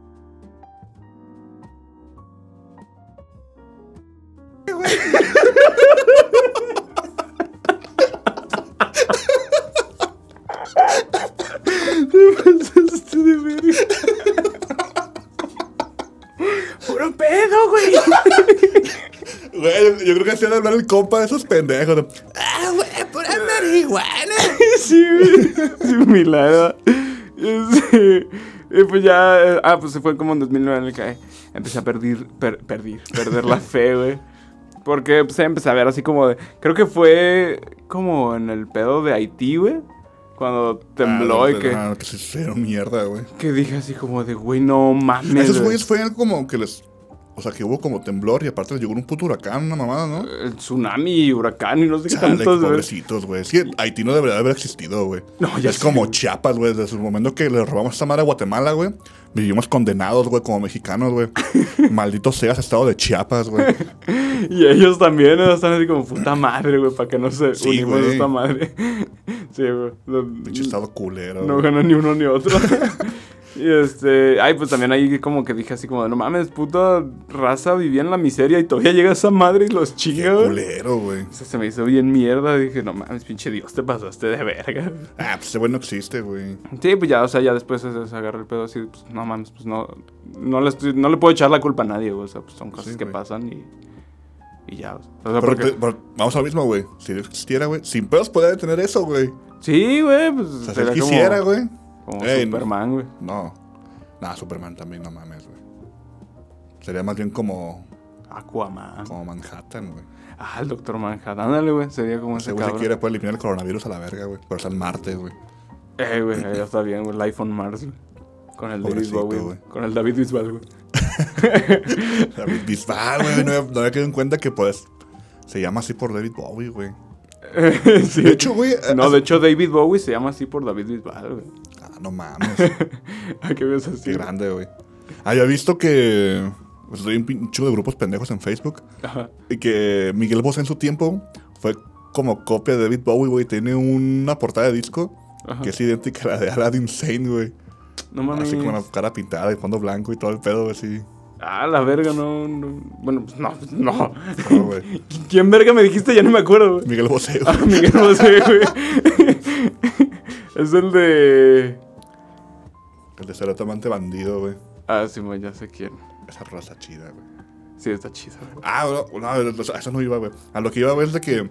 Pasaste de verga. Puro pedo, güey. Güey, yo, yo creo que hacía de hablar el compa de esos pendejos. de, Ah, güey, pura marihuana. sí, güey. Similar. Este, y pues ya. eh, Ah, pues se fue como en 2009 en el que empecé a perder, per- perder, perder la fe, güey. Porque pues empecé a ver así como de. Creo que fue como en el pedo de Haití, güey. Cuando tembló Ah, y que. ah, que se hicieron mierda, güey. Que dije así como de, güey, no mames. Esos güey. güeyes fue algo como que les. O sea, que hubo como temblor y aparte les llegó un puto huracán, una mamada, ¿no? El tsunami, huracán y no sé qué Chale, tantos, Eh, güey. pobrecitos, güey. Sí, Haití no debería haber existido, güey. No, ya es sé, como güey. Chiapas, güey. Desde el momento que le robamos esta madre a Guatemala, güey, vivimos condenados, güey, como mexicanos, güey. Maldito seas, estado de Chiapas, güey. Y ellos también ellos están así como puta madre, güey, para que no se Sí, unimos güey. esta madre. sí, güey. Lo- Pinche estado culero. No güey. ganó ni uno ni otro. y este, ay, pues también ahí como que dije así como, no mames, puta raza vivía en la miseria y todavía llega esa madre y los Qué chinga, güey. culero, güey. O sea, se me hizo bien mierda. Dije, no mames, pinche Dios, te pasaste de verga. Ah, pues ese güey no existe, güey. Sí, pues ya, o sea, ya después se, se agarra el pedo así, pues no mames, pues no, no le, estoy- no le puedo echar la culpa a nadie, güey, o sea, pues son cosas Sí, que güey. pasan y, y ya, o sea, o sea, Pero, porque, te- pero vamos al mismo, güey. Si Dios existiera, güey. Sin pedos podría detener eso, güey. O sí, güey, pues sea, si sería él quisiera, como, güey. como Ey, no. Superman, güey. No. Nah, Superman también, no mames, güey. Sería más bien como, Aquaman. como Manhattan, güey. Ah, el Doctor Manhattan, ándale, güey, sería como ese Según se cabrón. quiere, puede eliminar el coronavirus a la verga, güey. Pero es el martes, güey. Eh, güey, ya está bien, güey, el iPhone Mars, güey. Con el David Pobrecito, Bowie, güey. con el David Bisbal, güey. David Bisbal, güey. No, había- no había quedado en cuenta que, pues, se llama así por David Bowie, güey. Sí. De hecho, güey. No, Eh, hace- de hecho, David Bowie se llama así por David Bisbal, güey. Ah, no mames. ¿A qué ves así? Qué grande, güey. Había visto que. Pues, hay un pincho de grupos pendejos en Facebook. Ajá. Y que Miguel Bosé en su tiempo fue como copia de David Bowie, güey. Tiene una portada de disco Ajá. que es idéntica a la de Aladdin Sane, güey. No mames. Así con la cara pintada y fondo blanco y todo el pedo, güey, así. Ah, la verga, no, no. Bueno, pues no, pues no. No, güey. ¿Quién verga me dijiste? Ya no me acuerdo, güey. Miguel Bosé, Ah, güey. Miguel Bosé, güey. es el de. El de Cerotamante Bandido, güey. Ah, sí, güey, ya sé quién. Esa raza chida, güey. Sí, está chido, güey. Ah, no, no, a eso no iba, güey. A lo que iba, güey, es de que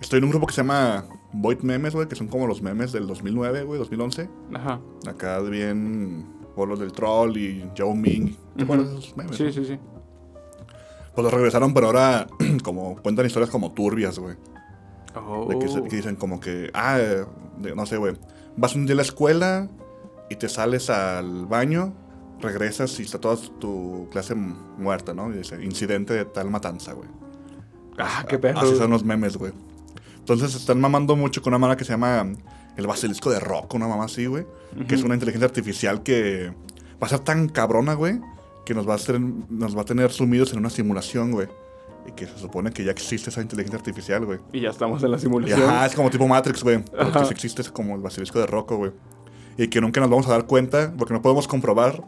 estoy en un grupo que se llama Void Memes, güey, que son como los memes del 2009, güey, 2011. Ajá. Acá bien bolos del troll y Joe Ming. ¿Te acuerdas de esos memes? Sí, no? sí, sí. Pues los regresaron, pero ahora como cuentan historias como turbias, güey. Oh. De que, se- que dicen como que, ah, eh, de- no sé, güey. Vas un día a la escuela y te sales al baño, regresas y está toda tu clase muerta, ¿no? Y dice, incidente de tal matanza, güey. Ah, qué perro. Así güey. son los memes, güey. Entonces están mamando mucho con una mala que se llama el basilisco de rock, una mamá así, güey. Que es una inteligencia artificial que va a ser tan cabrona, güey, que nos va a, hacer, nos va a tener sumidos en una simulación, güey. Y que se supone que ya existe esa inteligencia artificial, güey. Y ya estamos en la Y simulación. ajá, es como tipo Matrix, güey. Pero Ajá. Que sí existe es como el basilisco de Rocco, güey. Y que nunca nos vamos a dar cuenta porque no podemos comprobar.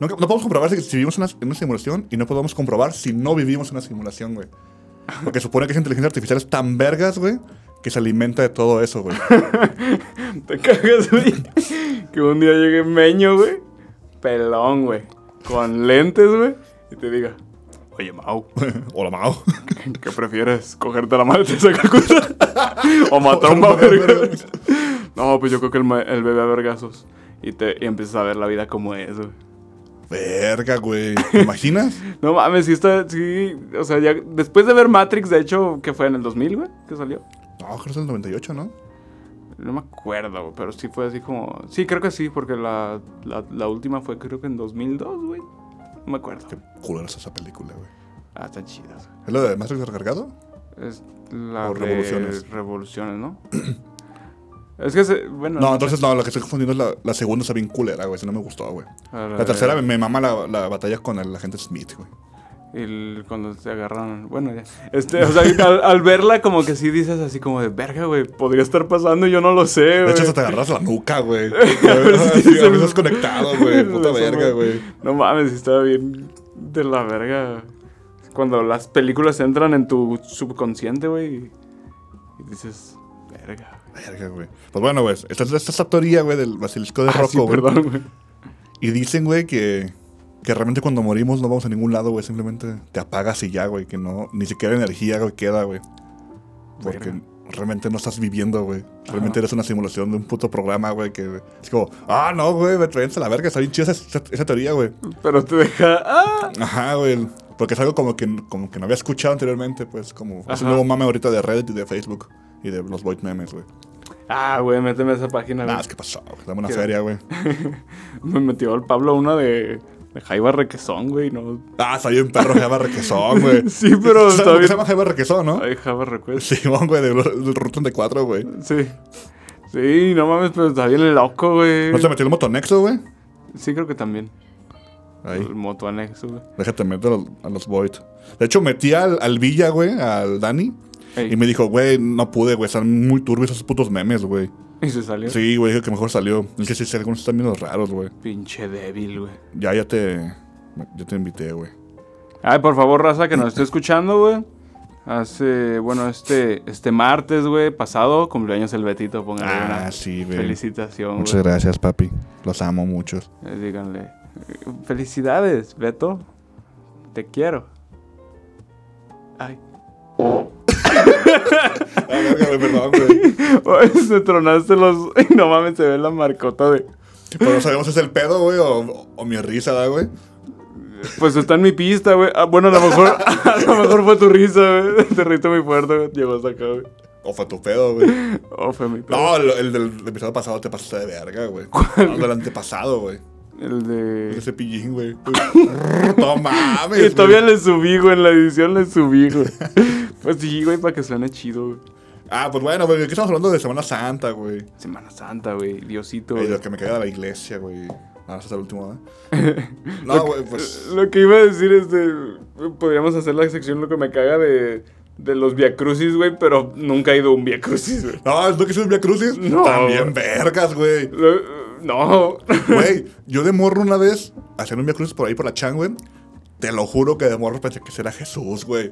nunca- no podemos comprobar si, si vivimos en una, en una simulación y no podemos comprobar si no vivimos en una simulación, güey. Porque supone que esa inteligencia artificial es tan vergas, güey, que se alimenta de todo eso, güey. Te cagas, güey. Que un día llegue Meño, güey. Pelón, güey. Con lentes, güey. Y te diga, oye, Mau, Hola, Mao. ¿qué prefieres? ¿Cogerte la madre de Calcuta? ¿O matar a un Mau vergas? No, pues yo creo que el, ma- el bebé a vergazos. Y, te, y empiezas a ver la vida como es, güey. Verga, güey. ¿Te imaginas? No mames, sí está, sí, o sea, ya después de ver Matrix, de hecho, que fue en el 2000, güey, que salió. No, creo que es el 98, ¿no? No me acuerdo, güey, pero sí fue así como... Sí, creo que sí, porque la, la, la última fue creo que en 2002, güey. No me acuerdo. Qué culera es esa película, güey. Ah, están chidas. güey. ¿Es la de Matrix recargado? Es la O de Revoluciones. Revoluciones, ¿no? es que, se, bueno... No, entonces no, la que estoy confundiendo es la, la segunda, está bien culera, güey. Esa no me gustó, güey. a La tercera Eh, me- me mama la, la batalla con el agente Smith, güey. El, cuando se agarraron... Bueno, ya. Este, o sea, al, al verla como que sí dices así como de... Verga, güey, podría estar pasando y yo no lo sé, güey. De hecho, hasta te agarras la nuca, güey. ver si Sí, tienes a el- veces conectado, güey. Puta Eso, verga, güey. No mames, estaba bien de la verga. Cuando las películas entran en tu subconsciente, güey. Y dices, verga. Verga, güey. Pues bueno, güey. Esta, esta es la teoría, güey, del basilisco de Ah, sí, Rocco, güey. perdón, güey. y dicen, güey, que, que realmente cuando morimos no vamos a ningún lado, güey. Simplemente te apagas y ya, güey. Que no, ni siquiera energía, güey, queda, güey. Porque Verga. realmente no estás viviendo, güey. Ajá. Realmente eres una simulación de un puto programa, güey. Que es como, ah, no, güey, me traen a la verga. Está bien chida esa- esa- esa teoría, güey. Pero te deja. ¡Ah! Ajá, güey. Porque es algo como que, como que no había escuchado anteriormente, pues. Como es Ajá. un nuevo mame ahorita de Reddit y de Facebook. Y de los Void memes, güey. Ah, güey, méteme esa página. güey. Nada, es que pasó, güey. Dame una ¿Qué? feria, güey. Me metió el Pablo una de, de Jaiba Requesón, güey. No. Ah, salió un perro Java Requesón, güey. Sí, pero ¿Sabes está por qué bien. se llama Java Requesón, no? Ay, Jaiba Requesón. Simón, güey, del de Rutan de 4, güey. Sí. Sí, no mames, pero está bien loco, güey. ¿No te metió el motonexo, güey? Sí, creo que también. Ahí. El moto anexo, güey. Déjate meter a los, a los Void. De hecho, metí al, al Villa, güey, al Dani. Ey, Y me dijo, güey, no pude, güey. Están muy turbios esos putos memes, güey. y se salió. Sí, güey, dijo que mejor salió. Es que sí, sí, algunos están viendo raros, güey. Pinche débil, güey. Ya, ya te. Yo te invité, güey. Ay, por favor, raza que nos esté escuchando, güey. Hace, bueno, este, este martes, güey, pasado, cumpleaños el Betito, pónganle Ah, una sí, güey. felicitación, Muchas güey. gracias, papi. Los amo mucho. Eh, Díganle, "Eh, felicidades, Beto, te quiero. Ay, perdón, Ah, güey. Ay, se tronaste los... No mames, se ve la marcota de... Pero no sabemos si es el pedo, güey, o, o mi risa, ¿verdad, güey. Pues está en mi pista, güey. Ah, bueno, a lo mejor, a lo mejor fue tu risa, güey. Te reíste muy fuerte, güey. Llegó hasta acá, güey. O fue tu pedo, güey. Oh, fue mi pedo. No, el, el del episodio pasado te pasaste de verga, güey. No, del antepasado, güey. El de... Ese pillín, güey. no mames. Y güey. todavía le subí, güey. En la edición le subí, güey. Pues sí, güey, para que suene chido, güey. Ah, pues bueno, güey. Aquí estamos hablando de Semana Santa, güey. Semana Santa, güey. Diosito, Y güey. lo que me queda de la iglesia, güey. Ah, hasta el último, ¿eh? No, güey, pues. Lo que iba a decir es de. Podríamos hacer la sección lo que me caga de. De los viacrucis, güey, pero nunca he ido a un viacrucis, güey. No, es lo que hizo el Via Crucis. No. También vergas, güey. Lo- No. Güey, yo de morro una vez, haciendo un Via Crucis por ahí por la chan, güey. Te lo juro que de morro pensé que será Jesús, güey.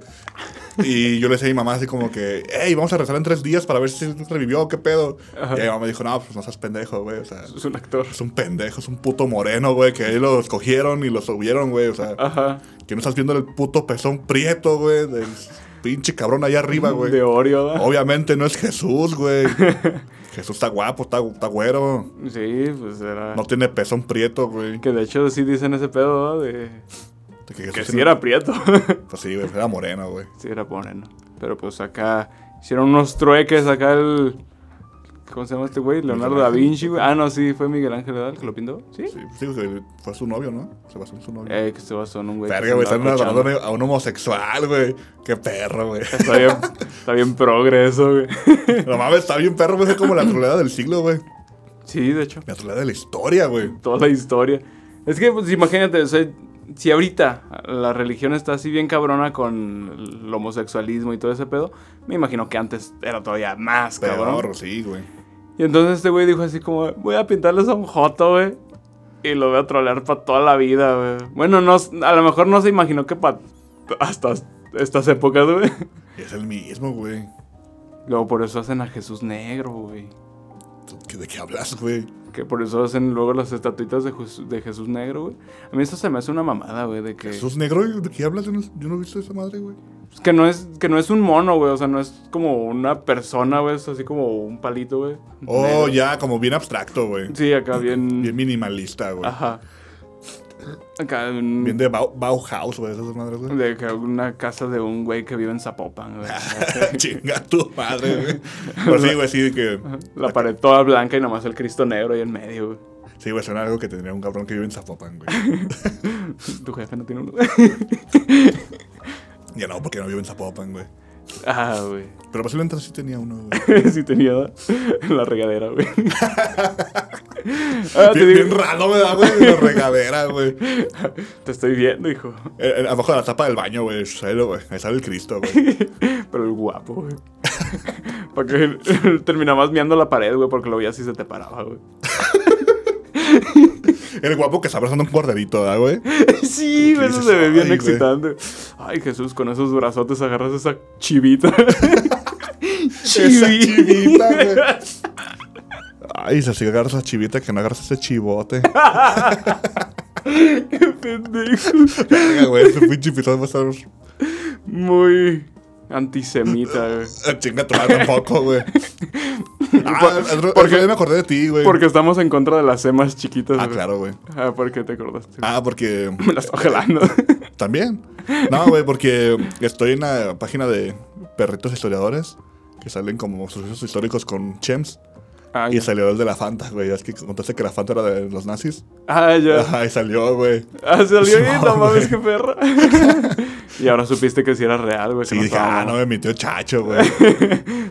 Y yo le decía a mi mamá así como que, hey, vamos a rezar en tres días para ver si revivió o qué pedo. Ajá. Y mi mamá me dijo, no, pues no seas pendejo, güey. O sea, Es un actor. es un pendejo, es un puto moreno, güey, que ahí lo escogieron y lo subieron, güey. O sea, Ajá. que no estás viendo el puto pezón prieto, güey, del pinche cabrón allá arriba, güey. Mm, De Oreo, ¿da? Obviamente no es Jesús, güey. Jesús está guapo, está, está güero. Sí, pues era. No tiene pezón prieto, güey. Que de hecho sí dicen ese pedo, ¿da? De. De Jesús Que tiene- sí era prieto. Pues sí, güey, era moreno, güey. Sí, era moreno. Pero pues acá hicieron unos trueques acá el. ¿Cómo se llama este güey? Leonardo Miguel da Ángel. Vinci, güey. Ah, no, sí, fue Miguel Ángel, ¿verdad? El que lo pintó. ¿Sí? Sí, pues sí, güey, fue su novio, ¿no? Se basó en su novio. Eh, que se basó en un güey. que Verga, se güey, están andaba agarrando cochando. a un homosexual, güey. Qué perro, güey. Está bien, está bien progreso, güey. No mames, está bien perro, güey. Es como la troleada del siglo, güey. Sí, de hecho. La troleada de la historia, güey. Toda la historia. Es que, pues, imagínate, o sea, si ahorita la religión está así bien cabrona con el homosexualismo y todo ese pedo, me imagino que antes era todavía más cabrón. Peor, sí, güey. Y entonces este güey dijo así como, voy a pintarles a un joto, güey. Y lo voy a trolear para toda la vida, güey. Bueno, no, a lo mejor no se imaginó que para hasta estas épocas, güey. Es el mismo, güey. Luego por eso hacen a Jesús negro, güey. ¿Tú qué- ¿De qué hablas, güey? Que por eso hacen luego las estatuitas de, Jes- de Jesús negro, güey. A mí esto se me hace una mamada, güey, de que... ¿Sos negro? güey? ¿De qué hablas? Yo no, yo no he visto esa madre, güey. Pues que no es que no es un mono, güey, o sea, no es como una persona, güey, es así como un palito, güey. Oh, Negro. ya, como bien abstracto, güey. Sí, acá bien, Bien minimalista, güey. ajá. Acá un- Bien de Bau- Bauhaus, güey, esas madres, güey. de que una casa de un güey que vive en Zapopan, güey. Chinga tu madre, güey. Pues sí, güey, sí, de que. La pared toda blanca y nomás el Cristo negro ahí en medio, güey. Sí, güey, suena algo que tendría un cabrón que vive en Zapopan, güey. Tu jefe no tiene uno. Ya no, porque no vive en Zapopan, güey. ah, güey. Pero posiblemente sí tenía uno, güey. sí tenía la regadera, güey. Ahora Ah, te Bien, bien digo, raro me da, güey, la regadera, güey. te estoy viendo, hijo. Eh, eh, Abajo de la tapa del baño, güey. sale, güey. Ahí sale el Cristo, güey. Pero el guapo, güey. Porque terminabas mirando la pared, güey, porque lo veías y se te paraba, güey. El guapo que está abrazando un corderito, ¿verdad, güey? Sí, güey, eso dices, se ve bien "Ay, güey". excitante. Ay, Jesús, con esos brazotes agarras esa chivita. Esa chivita, güey. Ay, si así agarras la chivita, que no agarras ese chivote. Qué pendejo. Verga, güey, ese pinche episodio va a estar. Muy antisemita, güey. Ah, Chinga tu madre tampoco, güey. Ah, porque- porque yo me acordé de ti, güey. Porque estamos en contra de las emas chiquitas, Ah, güey. claro, güey. Ah, ¿por qué te acordaste? Ah, porque. Me la estoy jalando. También. No, güey, porque estoy en la página de perritos historiadores que salen como sucesos históricos con chems. Ah, Y ya. salió el de la Fanta, güey. Es que contaste que la Fanta era de los nazis. Ah, ya. Ajá, y salió, güey. Ah, salió bien, no Sí, mames, güey. qué perra. y ahora supiste que si era real, güey. que Sí, no dije, estaba ah, no mamando. me metió chacho, güey.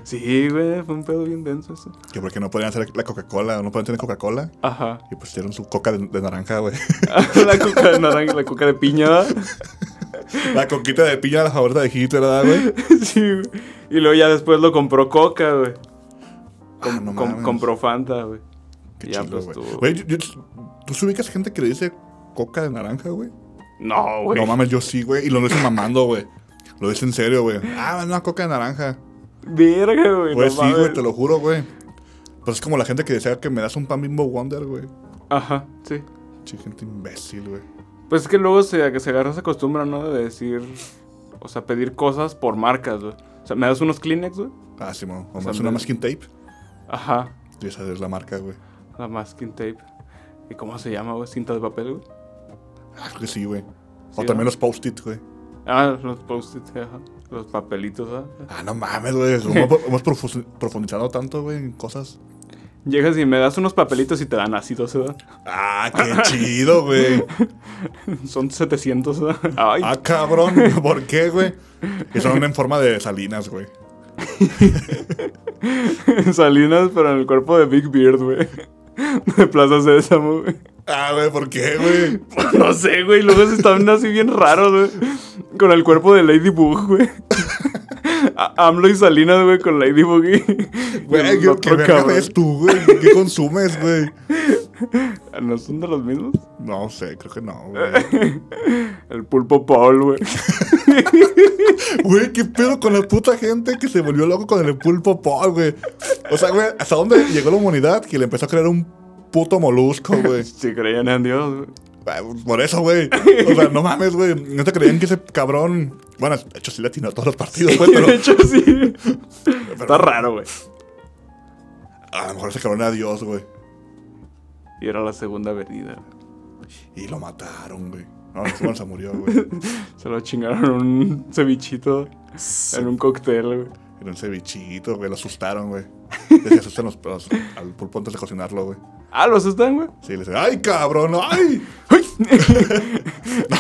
Sí, güey, fue un pedo bien denso eso. que porque no podían hacer la Coca-Cola, no podían tener Coca-Cola. Ajá. Y pues hicieron su coca de, de naranja, güey. la coca de naranja, la coca de piña. ¿verdad? la coquita de piña, la favorita de Hitler, ¿verdad, güey? sí, güey. Y luego ya después lo compró Coca, güey. Com- Ah, no com- mames. compró Fanta, güey. Qué Y ya, chido, pues, güey. tú- Güey, yo- yo- ¿tú sí ubicas gente que le dice coca de naranja, güey? No, güey. No mames, yo sí, güey. Y lo dicen mamando, güey. Lo dicen en serio, güey. Ah, una coca de naranja. Verga, güey. Güey, no Pues sí, güey, mames. te lo juro, güey. Pues es como la gente que decía que me das un pan bimbo wonder, güey. Ajá, sí. Che, gente imbécil, güey. Pues es que luego se, que se agarra esa costumbre, ¿no? De decir, o sea, pedir cosas por marcas, güey. O sea, ¿me das unos Kleenex, güey? Ah, sí, mo. O O sea, sea, una me- masking tape. Ajá, Y esa es la marca, güey. la masking tape. ¿Y cómo se llama, güey? Cinta de papel, güey. Ah, creo que sí, güey. Sí, o también ¿no? los post-it, güey. Ah, los post-its, ajá. Los papelitos, ¿ah? Ah, no mames, güey. Como hemos- hemos profu- profundizado tanto, güey, en cosas. Llegas y me das unos papelitos y te dan ácidos, ¿verdad? Ah, qué chido, güey. Son 700, ¿verdad? Ay, Ah, cabrón. ¿Por qué, güey? Y son en forma de salinas, güey. Salinas, pero en el cuerpo de Big Beard, güey. De Plaza Sésamo, güey. Ah, güey, ¿por qué, güey? No sé, güey. Luego se están así bien raros, güey. Con el cuerpo de Ladybug, güey. A- AMLO y Salinas, güey, con Ladybug y. y Güey, el ¿qué- otro ¿qué verga cabrón. ves tú, güey? ¿Qué consumes, güey? ¿No son de los mismos? No sé, creo que no, güey. El pulpo Paul, güey. Güey, qué pedo con la puta gente que se volvió loco con el pulpo Paul, güey. O sea, güey, ¿hasta dónde llegó la humanidad que le empezó a crear un puto molusco, güey? Si creían en Dios, güey. Ah, Por eso, güey. O sea, no mames, güey. No te creían que ese cabrón. Bueno, de hecho sí le atinó a todos los partidos, güey, pero De hecho, sí. Está raro, güey. a lo mejor ese cabrón era Dios, güey. Y era la segunda avenida. güey. Y lo mataron, güey. No, no, bueno, se murió, güey. Se lo chingaron un cevichito en un cóctel, güey. Era un cevichito, güey. Lo asustaron, güey. Les asustan los, los- al pulpo antes de cocinarlo, güey. Ah, ¿lo asustan, güey? Sí, le dicen, ¡ay, cabrón! ¡Ay! ¡Ay!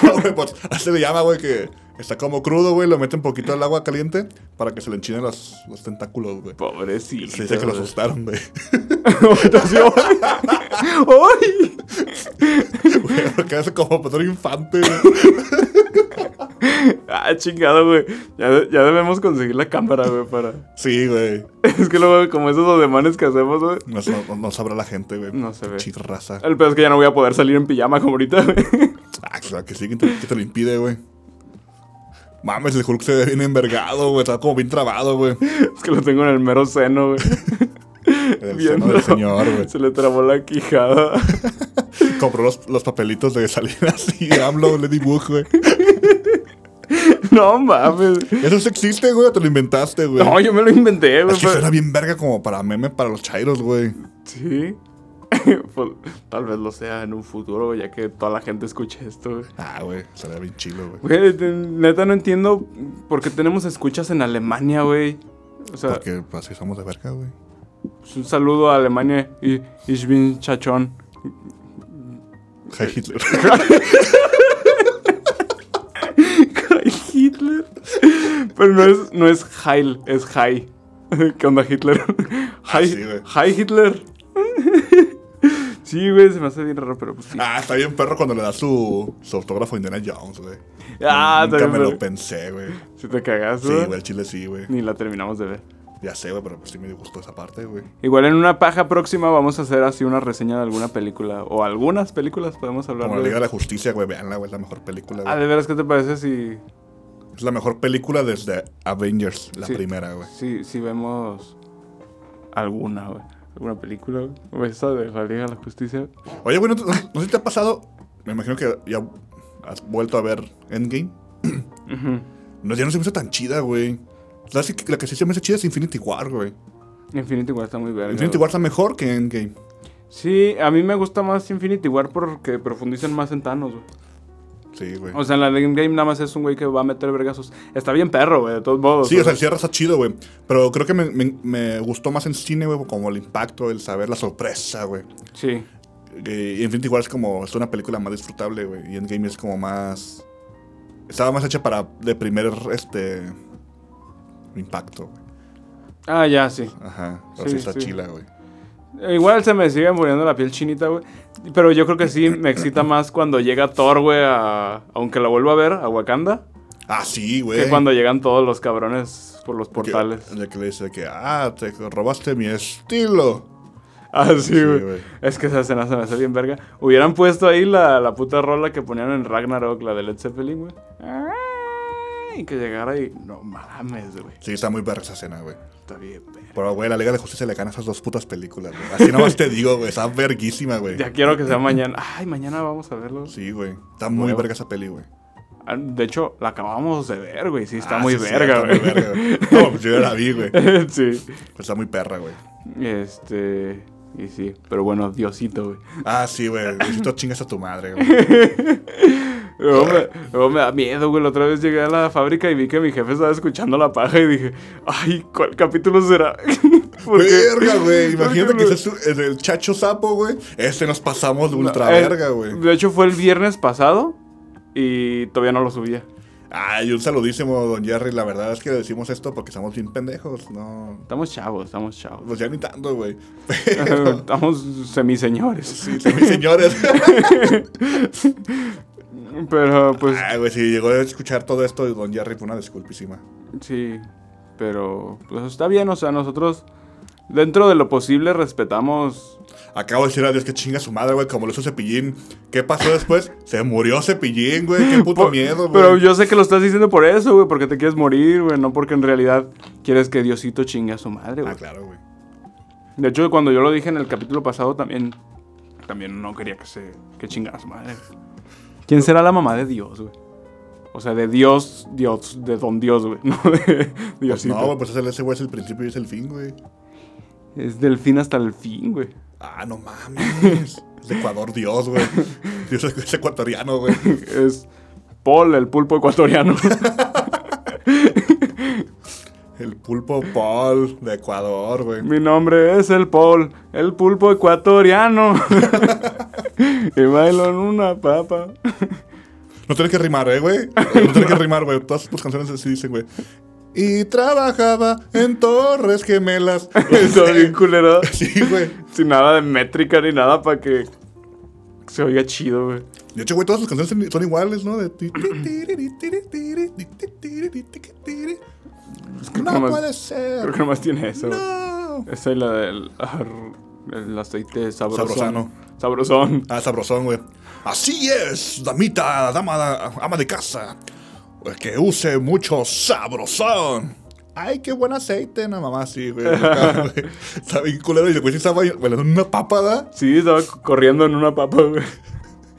No, güey, pues así se le llama, güey, que Está como crudo, güey. Lo meten poquito al agua caliente para que se le enchinen los, los tentáculos, güey. Y Pobrecito. Se dice que lo güey. asustaron, güey. ¡Ay! Güey, Lo que hace como Pedro Infante, güey. Ah, chingado, güey. Ya, de- ya debemos conseguir la cámara, güey, para. Sí, güey. Es que luego, como esos ademanes que hacemos, güey. No, se- no- no sabrá la gente, güey. No se ve. Chirraza. El peor es que ya no voy a poder salir en pijama como ahorita, güey. Ah, claro que sí, ¿quién te, quién te lo impide, güey? Mames, el Hulk se ve bien envergado, güey. Está como bien trabado, güey. Es que lo tengo en el mero seno, güey. En el seno del señor, güey. Se le trabó la quijada. Compró los, los papelitos de Salinas y AMLO, Lady Book, güey. No mames. Eso sí existe, güey. o Te lo inventaste, güey. No, yo me lo inventé, güey. es que pero- suena bien verga como para meme para los chairos, güey. Sí. Pues, tal vez lo sea en un futuro, güey, ya que toda la gente escuche esto, güey. Ah, güey. Sería bien chilo, güey. Güey, de- neta no entiendo por qué tenemos escuchas en Alemania, güey. O sea, Porque pues, así somos de verga, güey. pues, un saludo a Alemania y ich bin chachón. Heil Hitler. Heil Hitler. Pero no es, no es Heil, es Hi. ¿Qué onda Hitler? Hi, sí, güey. Hi Hitler. Sí, güey, se me hace bien raro, pero pues sí. ah, está bien perro cuando le da su, su autógrafo a Indiana Jones, güey. Ah, Nunca también, me pero- lo pensé, güey. Si te cagaste. Sí, güey, el chile sí, güey. Ni la terminamos de ver. Ya sé, güey, pero pues sí me gustó esa parte, güey. Igual en una paja próxima vamos a hacer así una reseña de alguna película. O algunas películas podemos hablar Como la de. Liga de la Justicia, güey, veanla, güey, es la mejor película, Ah, güey. de veras, ¿qué te parece si, Es la mejor película desde Avengers, la Sí. primera, güey. si, si vemos alguna, güey? ¿Alguna película, güey? O esa de la Liga de la Justicia. Oye, güey, ¿no, te- no- no sé si te ha pasado? Me imagino que ya has vuelto a ver Endgame. Ujú. No, ya no se me hizo tan chida, güey. La, sí que- la que sí se me hace chida es Infinity War, güey. Infinity War está muy verga. Infinity güey. War está mejor que Endgame. Sí, a mí me gusta más Infinity War porque profundizan más en Thanos, güey. Sí, güey. O sea, en la Game Game nada más es un güey que va a meter vergazos. Está bien perro, güey, de todos modos. Sí, o sea, güey. el cierre está chido, güey. Pero creo que me, me- me gustó más en cine, güey, como el impacto, el saber, la sorpresa, güey. Sí. Eh, y Infinity War es como, es una película más disfrutable, güey. Y Endgame es como más... Estaba más hecha para de primer, este... Impacto, güey. Ah, ya, sí. Ajá. Pero Sí, sí, está sí. chila, güey. Igual se me sigue muriendo la piel chinita, güey. Pero yo creo que sí me excita más cuando llega Thor, güey, a... aunque la vuelva a ver, a Wakanda, Ah, sí, güey. que cuando llegan todos los cabrones por los Que- portales. de que le dice que, ah, te robaste mi estilo. Ah, sí, Sí, güey. güey. es que esa escena se me hace bien verga. Hubieran puesto ahí la, la puta rola que ponían en Ragnarok, la de Led Zeppelin, güey. Y que llegara y... No mames, güey. Sí, está muy verga esa escena, güey. Está bien, verga. Pero, güey, la Liga de la Justicia le gana esas dos putas películas, güey. Así nomás te digo, güey. Está verguísima, güey. Ya quiero que sea mañana. Ay, mañana vamos a verlo. Sí, güey. Está muy Huevo. verga esa peli, güey. Ah, De hecho, la acabamos de ver, güey. Sí, está Ah, muy sí, sí, verga, está muy verga, güey. güey. No, pues yo ya la vi, güey. sí. Pues está muy perra, güey. Este. Y sí, pero bueno, Diosito, güey. Ah, sí, güey. Necesito chingas a tu madre, güey. Luego me, luego me da miedo, güey. La otra vez llegué a la fábrica y vi que mi jefe estaba escuchando la paja y dije, ay, ¿cuál capítulo será? Porque- Verga, güey. Imagínate porque- que ese es tu- el, el chacho sapo, güey. Este nos pasamos de ultra Eh, verga, güey. De hecho, fue el viernes pasado y todavía no lo subía. Ay, un saludísimo, don Jerry. La verdad es que le decimos esto porque estamos bien pendejos. No. Estamos chavos, estamos chavos. Pues ya ni tanto, güey. estamos semiseñores. Sí, sí, mis señores. Pero pues Ay, güey, si llegó a escuchar todo esto, don Jerry fue una disculpísima. Sí, pero pues está bien, o sea, nosotros dentro de lo posible respetamos. Acabo de decir a Dios que chinga su madre, güey, como lo hizo Cepillín. ¿Qué pasó después? Se murió Cepillín, güey. Qué puto Por- miedo, güey. Pues, Pero yo sé que lo estás diciendo por eso, güey, porque te quieres morir, güey, no porque en realidad quieres que Diosito chingue a su madre, güey. Ah, claro, güey. De hecho, cuando yo lo dije en el capítulo pasado también también no quería que se que chingara a su madre. güey. ¿Quién será la mamá de Dios, güey? O sea, de Dios, Dios, de Don Dios, güey, no de Pues Diosito. no, güey, pues ese ese güey es el principio y es el fin, güey. es del fin hasta el fin, güey. Ah, no mames. Es de Ecuador Dios, güey. Dios es, es ecuatoriano, güey. Es Paul, el pulpo ecuatoriano. El pulpo Paul de Ecuador, güey. Mi nombre es el Paul, el pulpo ecuatoriano. y bailo en una papa. No tienes que rimar, eh, güey. No tienes que rimar, güey. Todas tus canciones así dicen, güey. Y trabajaba en torres gemelas. Está bien culero. Sí, güey. Sin nada de métrica ni nada para que se oiga chido, güey. De hecho, güey, todas sus canciones son- son iguales, ¿no? De... No nomás- puede Creo ser. que nomás tiene eso. güey. No. Esa es la del ar- el aceite sabrosón. Sabrosano. Sabrosón. Ah, sabrosón, güey. Así es, damita, dama, ama de casa. Pues que use mucho sabrosón. Ay, qué buen aceite, no mamá, sí, güey. Está bien culero. Y el güey sí estaba bailando una papada. Sí, estaba c- corriendo en una papa, güey.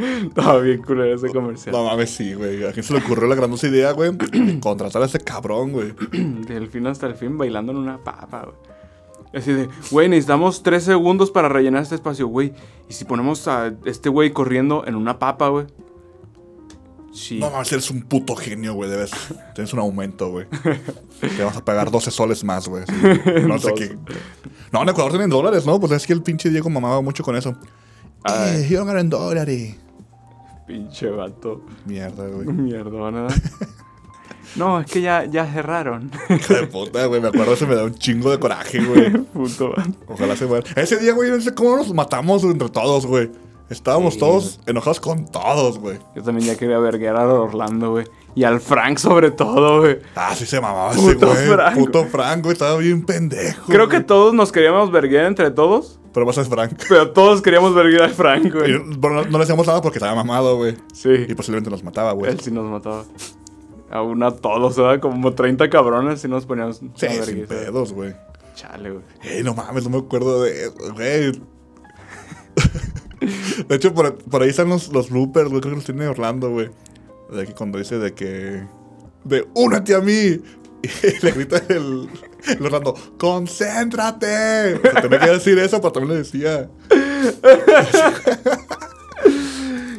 Estaba bien culero ese comercial. No mames, sí, güey. ¿A quién se le ocurrió la grandiosa idea, güey? de Contratar a ese cabrón, güey. Del fin hasta el fin bailando en una papa, güey. Así de, güey, necesitamos tres segundos para rellenar este espacio, güey. Y si ponemos a este güey corriendo en una papa, güey. Sí. No mames, eres un puto genio, güey. Debes. Tienes un aumento, güey. Te vas a pagar 12 soles más, güey. sí. No sé qué. No, en Ecuador tienen dólares, ¿no? Pues es que el pinche Diego mamaba mucho con eso. Ay. Eh, yo gano en dólares. Pinche vato. Mierda, güey. Mierdona. No, es que ya, ya cerraron. Hija de puta, güey. Me acuerdo, se me da un chingo de coraje, güey. Puto vato. Ojalá se muera. Ese día, güey, no sé cómo nos matamos entre todos, güey. Estábamos todos enojados con todos, güey. Yo también ya quería verguear a Orlando, güey. Y al Frank sobre todo, güey. Ah, sí se mamaba ese Puto güey. Frank. Puto Frank, güey. Estaba bien pendejo. Creo que güey. todos nos queríamos verguear entre todos. Pero más es Frank. Pero todos queríamos verguear al Frank, Y, güey. bueno, no, no le hacíamos nada porque estaba mamado, güey. Sí. Y posiblemente nos mataba, güey. Él sí nos mataba. A una a todos, ¿verdad? Como 30 cabrones y nos poníamos. Sí, una sin vergüenza. pedos, güey. Chale, güey. Ey, no mames, no me acuerdo de eso, güey. De hecho, por, por ahí están los, los bloopers, güey. Creo que los tiene Orlando, güey. De que cuando dice de que. De únete a mí. Y le grita el, el Orlando, ¡concéntrate! O sea, tenía que decir eso, pero también le decía.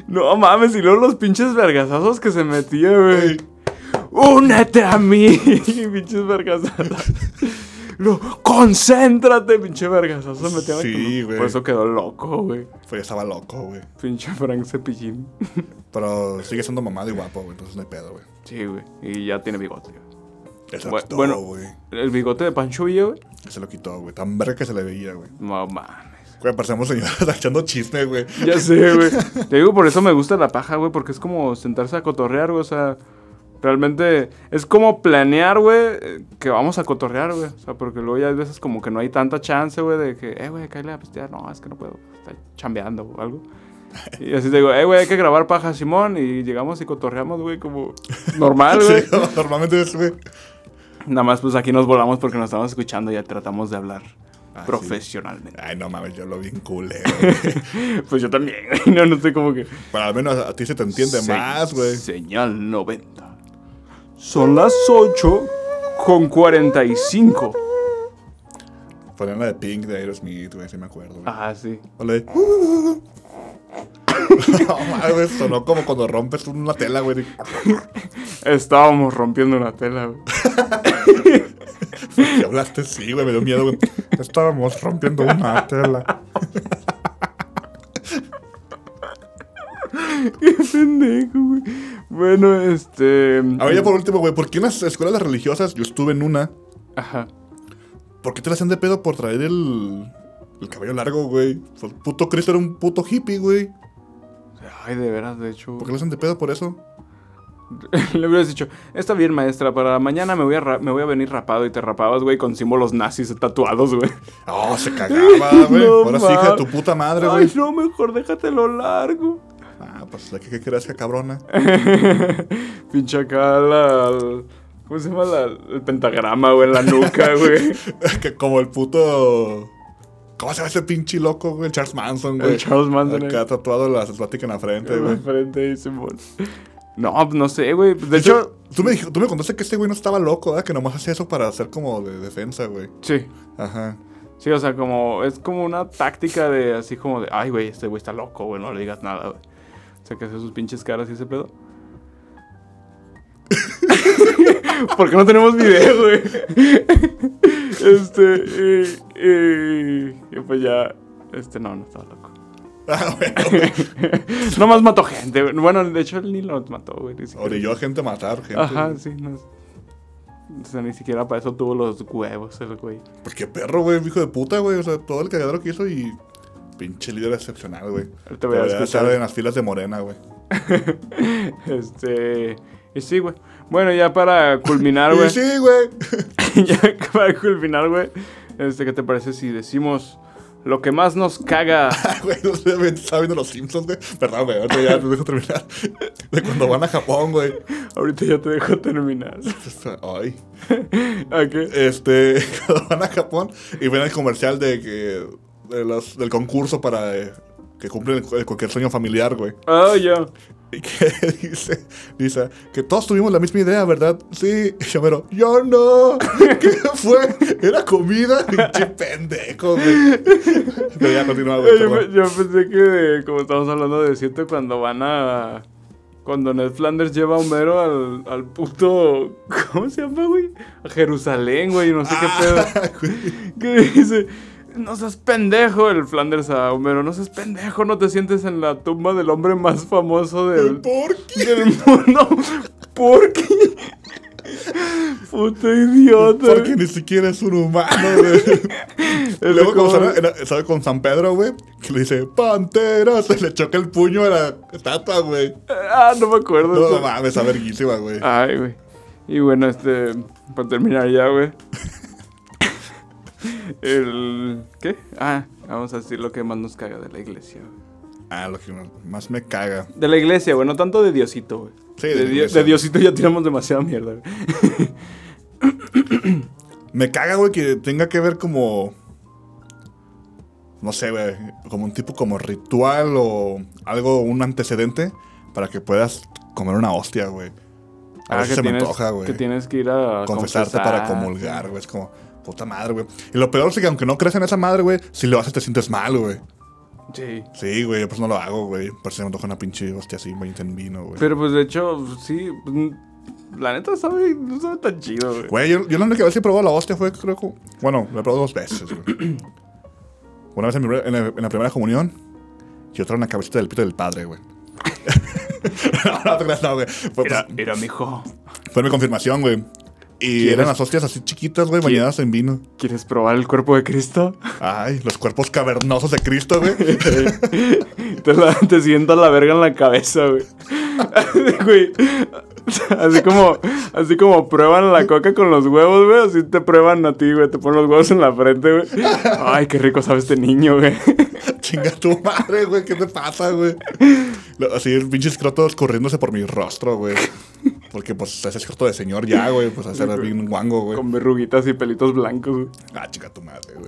No mames, y luego los pinches vergazazos que se metía, Ey, güey. ¡Únete a mí! pinches vergazazos. Lo, concéntrate, pinche vergazazo. Se metía Sí, güey. Por eso quedó loco, güey. Pues ya estaba loco, güey. Pinche Frank Cepillín. Pero sigue siendo mamado y guapo, güey. Entonces no hay pedo, güey. Sí, güey. Y ya tiene bigote, güey. Él se lo Bu- quitó, bueno. güey. El bigote de Pancho Villa, güey. Se lo quitó, güey. Tan verga que se le veía, güey. No mames. Güey, parecemos señoras echando chisme, güey. Ya sé, güey. Te digo, por eso me gusta la paja, güey, porque es como sentarse a cotorrear, güey. O sea, realmente es como planear, güey, eh, que vamos a cotorrear, güey. O sea, porque luego ya hay veces como que no hay tanta chance, güey, de que, eh, güey, cállate a pistear. No, es que no puedo. Está chambeando o algo. Y así te digo, eh, güey, hay que grabar paja, Simón. Y llegamos y cotorreamos, güey, como normal, güey. Sí, normalmente es, güey. Nada más, pues aquí nos volamos porque nos estamos escuchando y ya tratamos de hablar Ah, sí. profesionalmente. Ay, no mames, yo lo vi en culero. güey. Pues yo también, güey. No, no estoy como que. Pero al menos a ti se te entiende Se- más, güey. Señal 90. Son las 8 con 45. Ponían la de Pink de Aerosmith, güey, sí me acuerdo. güey. Ah, sí. O la de- no mames, sonó como cuando rompes una tela, güey. Estábamos rompiendo una tela, güey. Y hablaste sí, güey, me dio miedo, güey. Estábamos rompiendo una tela. Qué pendejo, güey. Bueno, este. A ver, ya por último, güey, ¿por qué en las escuelas religiosas yo estuve en una? Ajá. ¿Por qué te la hacían de pedo por traer el, el cabello largo, güey? El puto Cristo era un puto hippie, güey. Ay, de veras, de hecho. ¿Por qué le hacen de pedo por eso? Le hubieras dicho, está bien, maestra, para mañana me voy a, ra- me voy a venir rapado y te rapabas, güey, con símbolos nazis tatuados, güey. Oh, se cagaba, güey. No Ahora sí, hija de tu mames. puta madre, güey. Ay, no, mejor déjatelo largo. Ah, pues, ¿de ¿qué, qué crees que cabrona? Pinche acá la. ¿Cómo se llama? La, el pentagrama, güey, en la nuca, güey. que como el puto. ¿Cómo se llama ese pinche loco, güey? Charles Manson, güey. El Charles Manson, Acá eh. tatuado la Atlantic en la frente, De güey. frente y Simón. No, pues, no sé, güey. De De hecho, hecho, tú me, dij- tú me contaste que este güey no estaba loco, ¿verdad? Que nomás hacía eso para hacer como de defensa, güey. sí. Ajá. Sí, o sea, como. Es como una táctica de así como de. Ay, güey, este güey está loco, güey, no le digas nada, güey. O sea, que hace sus pinches caras y ese pedo. ¿Por qué no tenemos video, güey? este. eh, eh, y pues ya. Este no, no estaba loco. Ah, bueno. Nomás mató gente, güey. Bueno, de hecho él ni los mató, güey. ni siquiera. Orilló a gente a matar, gente. Ajá, sí. No. O sea, ni siquiera para eso tuvo los huevos el güey. Pues qué perro, güey, hijo de puta, güey. O sea, todo el cagadero que hizo y. Pinche líder excepcional, güey. Te voy a Debería escuchar. estar en las filas de Morena, güey. Este. Y sí, güey. Bueno, ya para culminar, Y güey. sí, güey. ya para culminar, güey. Este, ¿qué te parece si decimos lo que más nos caga? Güey, no sé, güey, estaba viendo los Simpsons, güey. Perdón, güey, ahorita ya te dejo terminar. De cuando van a Japón, güey. Ahorita ya te dejo terminar. Ay. ¿A qué? Este, cuando van a Japón y ven el comercial de que. de los- del concurso para. eh, que cumplen el- cualquier sueño familiar, güey. Oh, ya. Y que dice, dice, que todos tuvimos la misma idea, ¿verdad? Sí, Y Homero, yo no. ¿Qué fue? ¿Era comida? Pinche pendejo, güey. Pero ya continúa, güey. yo, pe- perdón. yo pensé que, de- como estamos hablando de 7, cuando van a. Cuando Ned Flanders lleva a Homero al, al puto. ¿Cómo se llama, güey? A Jerusalén, güey, no sé qué pedo. Ah, güey. que dice, no seas pendejo, el Flanders a Homero, no seas pendejo, no te sientes en la tumba del hombre más famoso del, ¿Por qué? del mundo. ¿Por qué? Puta idiota. Porque ni siquiera es un humano, güey. Es Luego, como- como sale, era- sale con San Pedro, güey, que le dice, Pantera, se le choca el puño a la estatua, güey. Ah, no me acuerdo. No, eso. no mames, a verguísima, güey. Ay, güey. Y bueno, este, para terminar ya, güey. El... ¿Qué? Ah, vamos a decir lo que más nos caga de la iglesia, güey. Ah, lo que más me caga. De la iglesia, güey, no tanto de Diosito, güey. Sí, de, de la Dio- iglesia. de Diosito ya tiramos demasiada mierda, güey. Me caga, güey, que tenga que ver como. No sé, güey. Como un tipo como ritual o algo, un antecedente para que puedas comer una hostia, güey. A veces se me antoja, güey. Ah, Que tienes que ir a Confesarte para confesar. comulgar, güey. Es como, puta madre, güey. Y lo peor es que aunque no creas en esa madre, güey, si lo haces te sientes mal, güey. Sí. Sí, güey, pues no lo hago, güey. Por eso se me antoja una pinche hostia así, 20 en vino, güey. Pero pues de hecho, sí. mm, La neta sabe, no sabe tan chido, güey. Güey, yo, yo la única vez que probé la hostia fue, creo que. Bueno, la probé dos veces, güey. Una vez en, mi pri- en la, en la primera comunión y otra en la cabecita del pito del padre, güey. no, no te creas, no, güey. Fue, pues, Era, era mijo. fue mi confirmación, güey. Y ¿Quieres? eran las hostias así chiquitas, güey, bañadas en vino. ¿Quieres probar el cuerpo de Cristo? Ay, los cuerpos cavernosos de Cristo, güey. te, la, te siento la verga en la cabeza, güey. Güey, Así como, así como prueban la coca con los huevos, güey. Así te prueban a ti, güey. Te ponen los huevos en la frente, güey. Ay, qué rico sabe este niño, güey. Chinga tu madre, güey. ¿Qué te pasa, güey? Lo- Así el pinche escroto escurriéndose por mi rostro, güey. Porque, pues, ese escroto de señor ya, güey. Pues, hacer bien guango, güey. Con verruguitas y pelitos blancos, güey. Ah, chica tu madre, güey.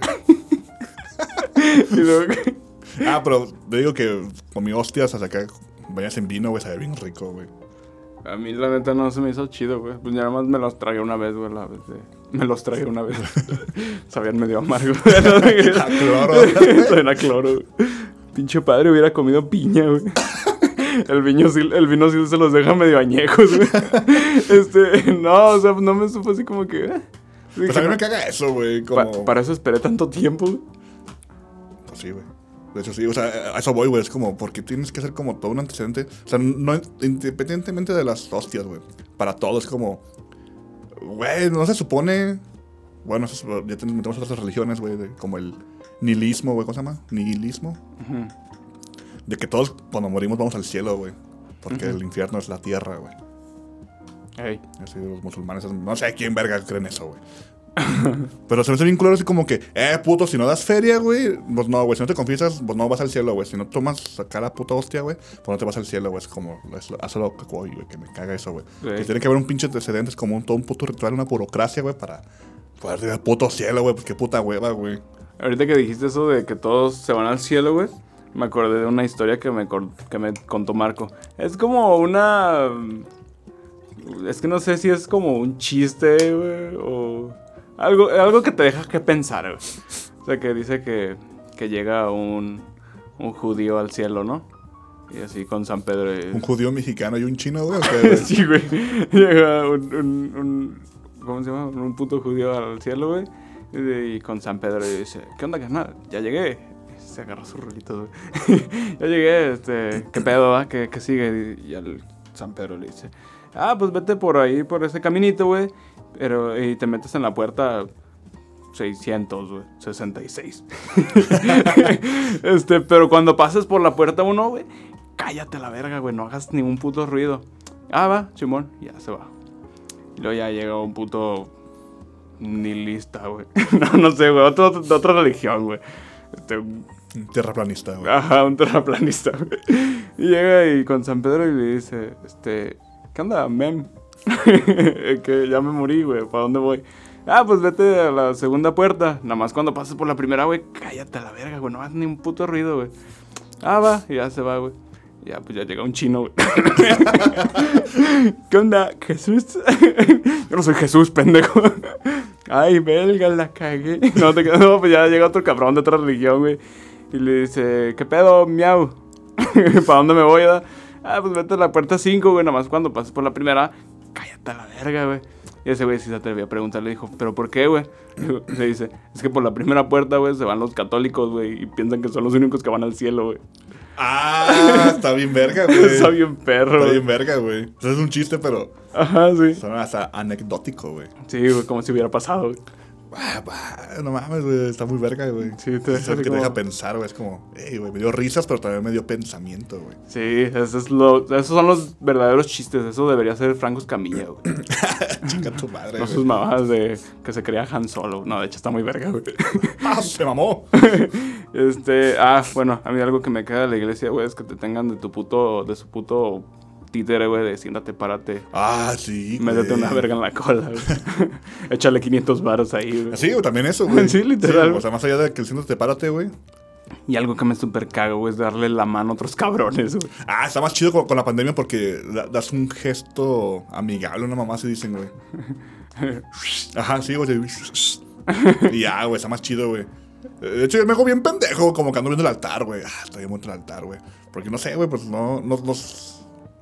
Y luego que- Ah, pero te digo que con mi hostias hasta acá bañas en vino, güey, sabe bien rico, güey. A mí la neta no se me hizo chido, güey. Pues nada más me los tragué una vez, güey, la vez de... Me los tragué una vez. Sabían medio amargo. A cloro. Sabían a cloro, güey. Pinche padre hubiera comido piña, güey. El vino, sí, el vino sí se los deja medio añejos, güey. Este, no, o sea, no me supo así como que... eh. Dije, Pues a mí me "No, caga eso, güey. pa- Como... para eso esperé tanto tiempo, güey. Pues sí, güey. De hecho, sí, o sea, a eso voy, güey. Es como, porque tienes que hacer como todo un antecedente. O sea, no, independientemente de las hostias, güey. Para todo es como, güey, no se supone. Bueno, eso es- ya ten- tenemos otras religiones, güey, de- como el nihilismo, güey, ¿cómo se llama? Nihilismo. Ujú. De que todos cuando morimos vamos al cielo, güey. Porque el infierno es la tierra, güey. Ey. Así de los musulmanes, no sé quién verga creen eso, güey. Pero se me hace bien culero así como que, eh, puto, si no das feria, güey, pues no, güey, si no te confiesas, pues no vas al cielo, güey. Si no tomas acá la puta hostia, güey, pues no te vas al cielo, güey. Es como, es, haz lo que voy, güey, que me caga eso, güey. Sí. Que tiene que haber un pinche antecedente, es como un, todo un puto ritual, una burocracia, güey, para poder ir al puto cielo, güey, pues qué puta hueva, güey. Ahorita que dijiste eso de que todos se van al cielo, güey, me acordé de una historia que me, cor- que me contó Marco. Es como una... mm, Es que no sé si es como un chiste, güey, o... Algo, algo que te deja que pensar, güey. O sea, que dice que, que llega un, un judío al cielo, ¿no? Y así con San Pedro. y- Un judío mexicano y un chino, güey. o sea, güey. sí, güey. Llega un, un- un- ¿Cómo se llama? Un puto judío al cielo, güey. Y, de- y con San Pedro y dice: ¿Qué onda, carnal? Ya llegué. Se agarró sus rolitos, güey. Yo llegué, este, ¿qué pedo, va? ¿Qué, qué sigue? Y al San Pedro le dice, ah, pues vete por ahí, por ese caminito, güey. Pero, y te metes en la puerta 600, güey, 66. este, pero cuando pases por la puerta uno, güey, cállate la verga, güey, no hagas ningún puto ruido. Ah, va, chimón, ya se va. Y luego ya llega un puto nihilista, güey. no, no sé, güey, otro- de otra religión, güey. Este, Terraplanista, güey. ajá, un terraplanista, güey. Y llega y con San Pedro y le dice, este, ¿qué onda, mem? que ya me morí, güey, ¿para dónde voy? Ah, pues vete a la segunda puerta. Nada más cuando pases por la primera, güey, cállate a la verga, güey, no hagas ni un puto ruido, güey. Ah, va, y ya se va, güey. Ya, pues ya llega un chino, güey. ¿Qué onda, Jesús? Yo no soy Jesús, pendejo. Ay, belga, la cagué. No, te, no, pues ya llega otro cabrón de otra religión, güey. Y le dice, ¿qué pedo, miau? ¿Para dónde me voy, da? Ah, pues vete a la puerta 5, güey. Nada más cuando pases por la primera, cállate a la verga, güey. Y ese güey sí se atrevió a preguntarle, dijo, ¿pero por qué, güey? Le dice, es que por la primera puerta, güey, se van los católicos, güey, y piensan que son los únicos que van al cielo, güey. Ah, está bien verga, güey. Está bien perro. Está bien güey. verga, güey. Eso es un chiste, pero Ajá, sí. suena hasta anecdótico, güey. Sí, güey, como si hubiera pasado, güey. Ah, bah, No mames, güey. Está muy verga, güey. Sí, te es deja el así que te como- deja pensar, güey. Es como, ey, güey, me dio risas, pero también me dio pensamiento, güey. Sí, eso es lo- esos son los verdaderos chistes. Eso debería ser Franco Escamilla, güey. Chica Ah, tu madre, No güey. sus mamadas de que se crea Han Solo. No, de hecho está muy verga, güey. ¡Ah, se mamó! Este, ah, bueno, a mí algo que me queda de la iglesia, güey, es que te tengan de tu puto, de su puto títere, güey, de siéntate, párate, Ah, sí, güey. métete una verga en la cola, güey. Échale 500 varos ahí, güey. Sí, güey, también eso, güey. Sí, literal, o sea, más allá de que el siento te párate, güey. Y algo que me super cago, güey, es darle la mano a otros cabrones, güey. Ah, está más chido con, con la pandemia porque da- das un gesto amigable, una mamá se dicen, güey. Ajá, sí, güey. Y ya, güey, está más chido, güey. Eh, De hecho, yo me hago bien pendejo, como que ando viendo el altar, güey. Ah, estoy viendo el altar, güey. Porque no sé, güey, pues no, no, no-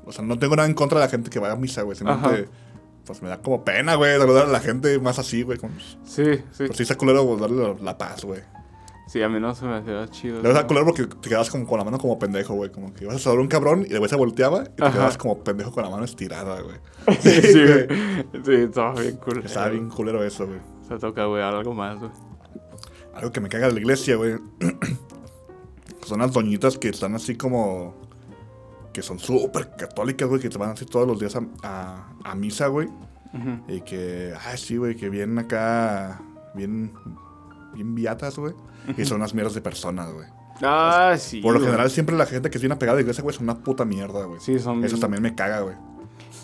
O sea, no tengo nada en contra de la gente que vaya a misa, güey. Simplemente, pues me da como pena, güey, saludar a la gente más así, güey. como- Sí, sí. Pues sí, está culero güey, darle la, la paz, güey. Sí, a mí no se me hacía chido. Le vas a güey. culero porque te quedabas como con la mano como pendejo, güey. Como que ibas a saludar a un cabrón y el güey se volteaba y te Ajá. quedabas como pendejo con la mano estirada, güey. Sí, sí, güey. Sí, estaba bien cool. Estaba bien culero eso, güey. Se toca, güey, algo más, güey. Algo que me caga de la iglesia, güey. son las doñitas que están así como. que son súper católicas, güey, que te van así todos los días a, a- a misa, güey. Ujú. Y que, ah, sí, güey, que vienen acá. bien. bien viatas, güey. Y son unas mierdas de personas, güey. Ah, sí. Por lo güey. general, siempre la gente que viene apegada a la iglesia, güey, son una puta mierda, güey. Sí, son- Eso también me caga, güey.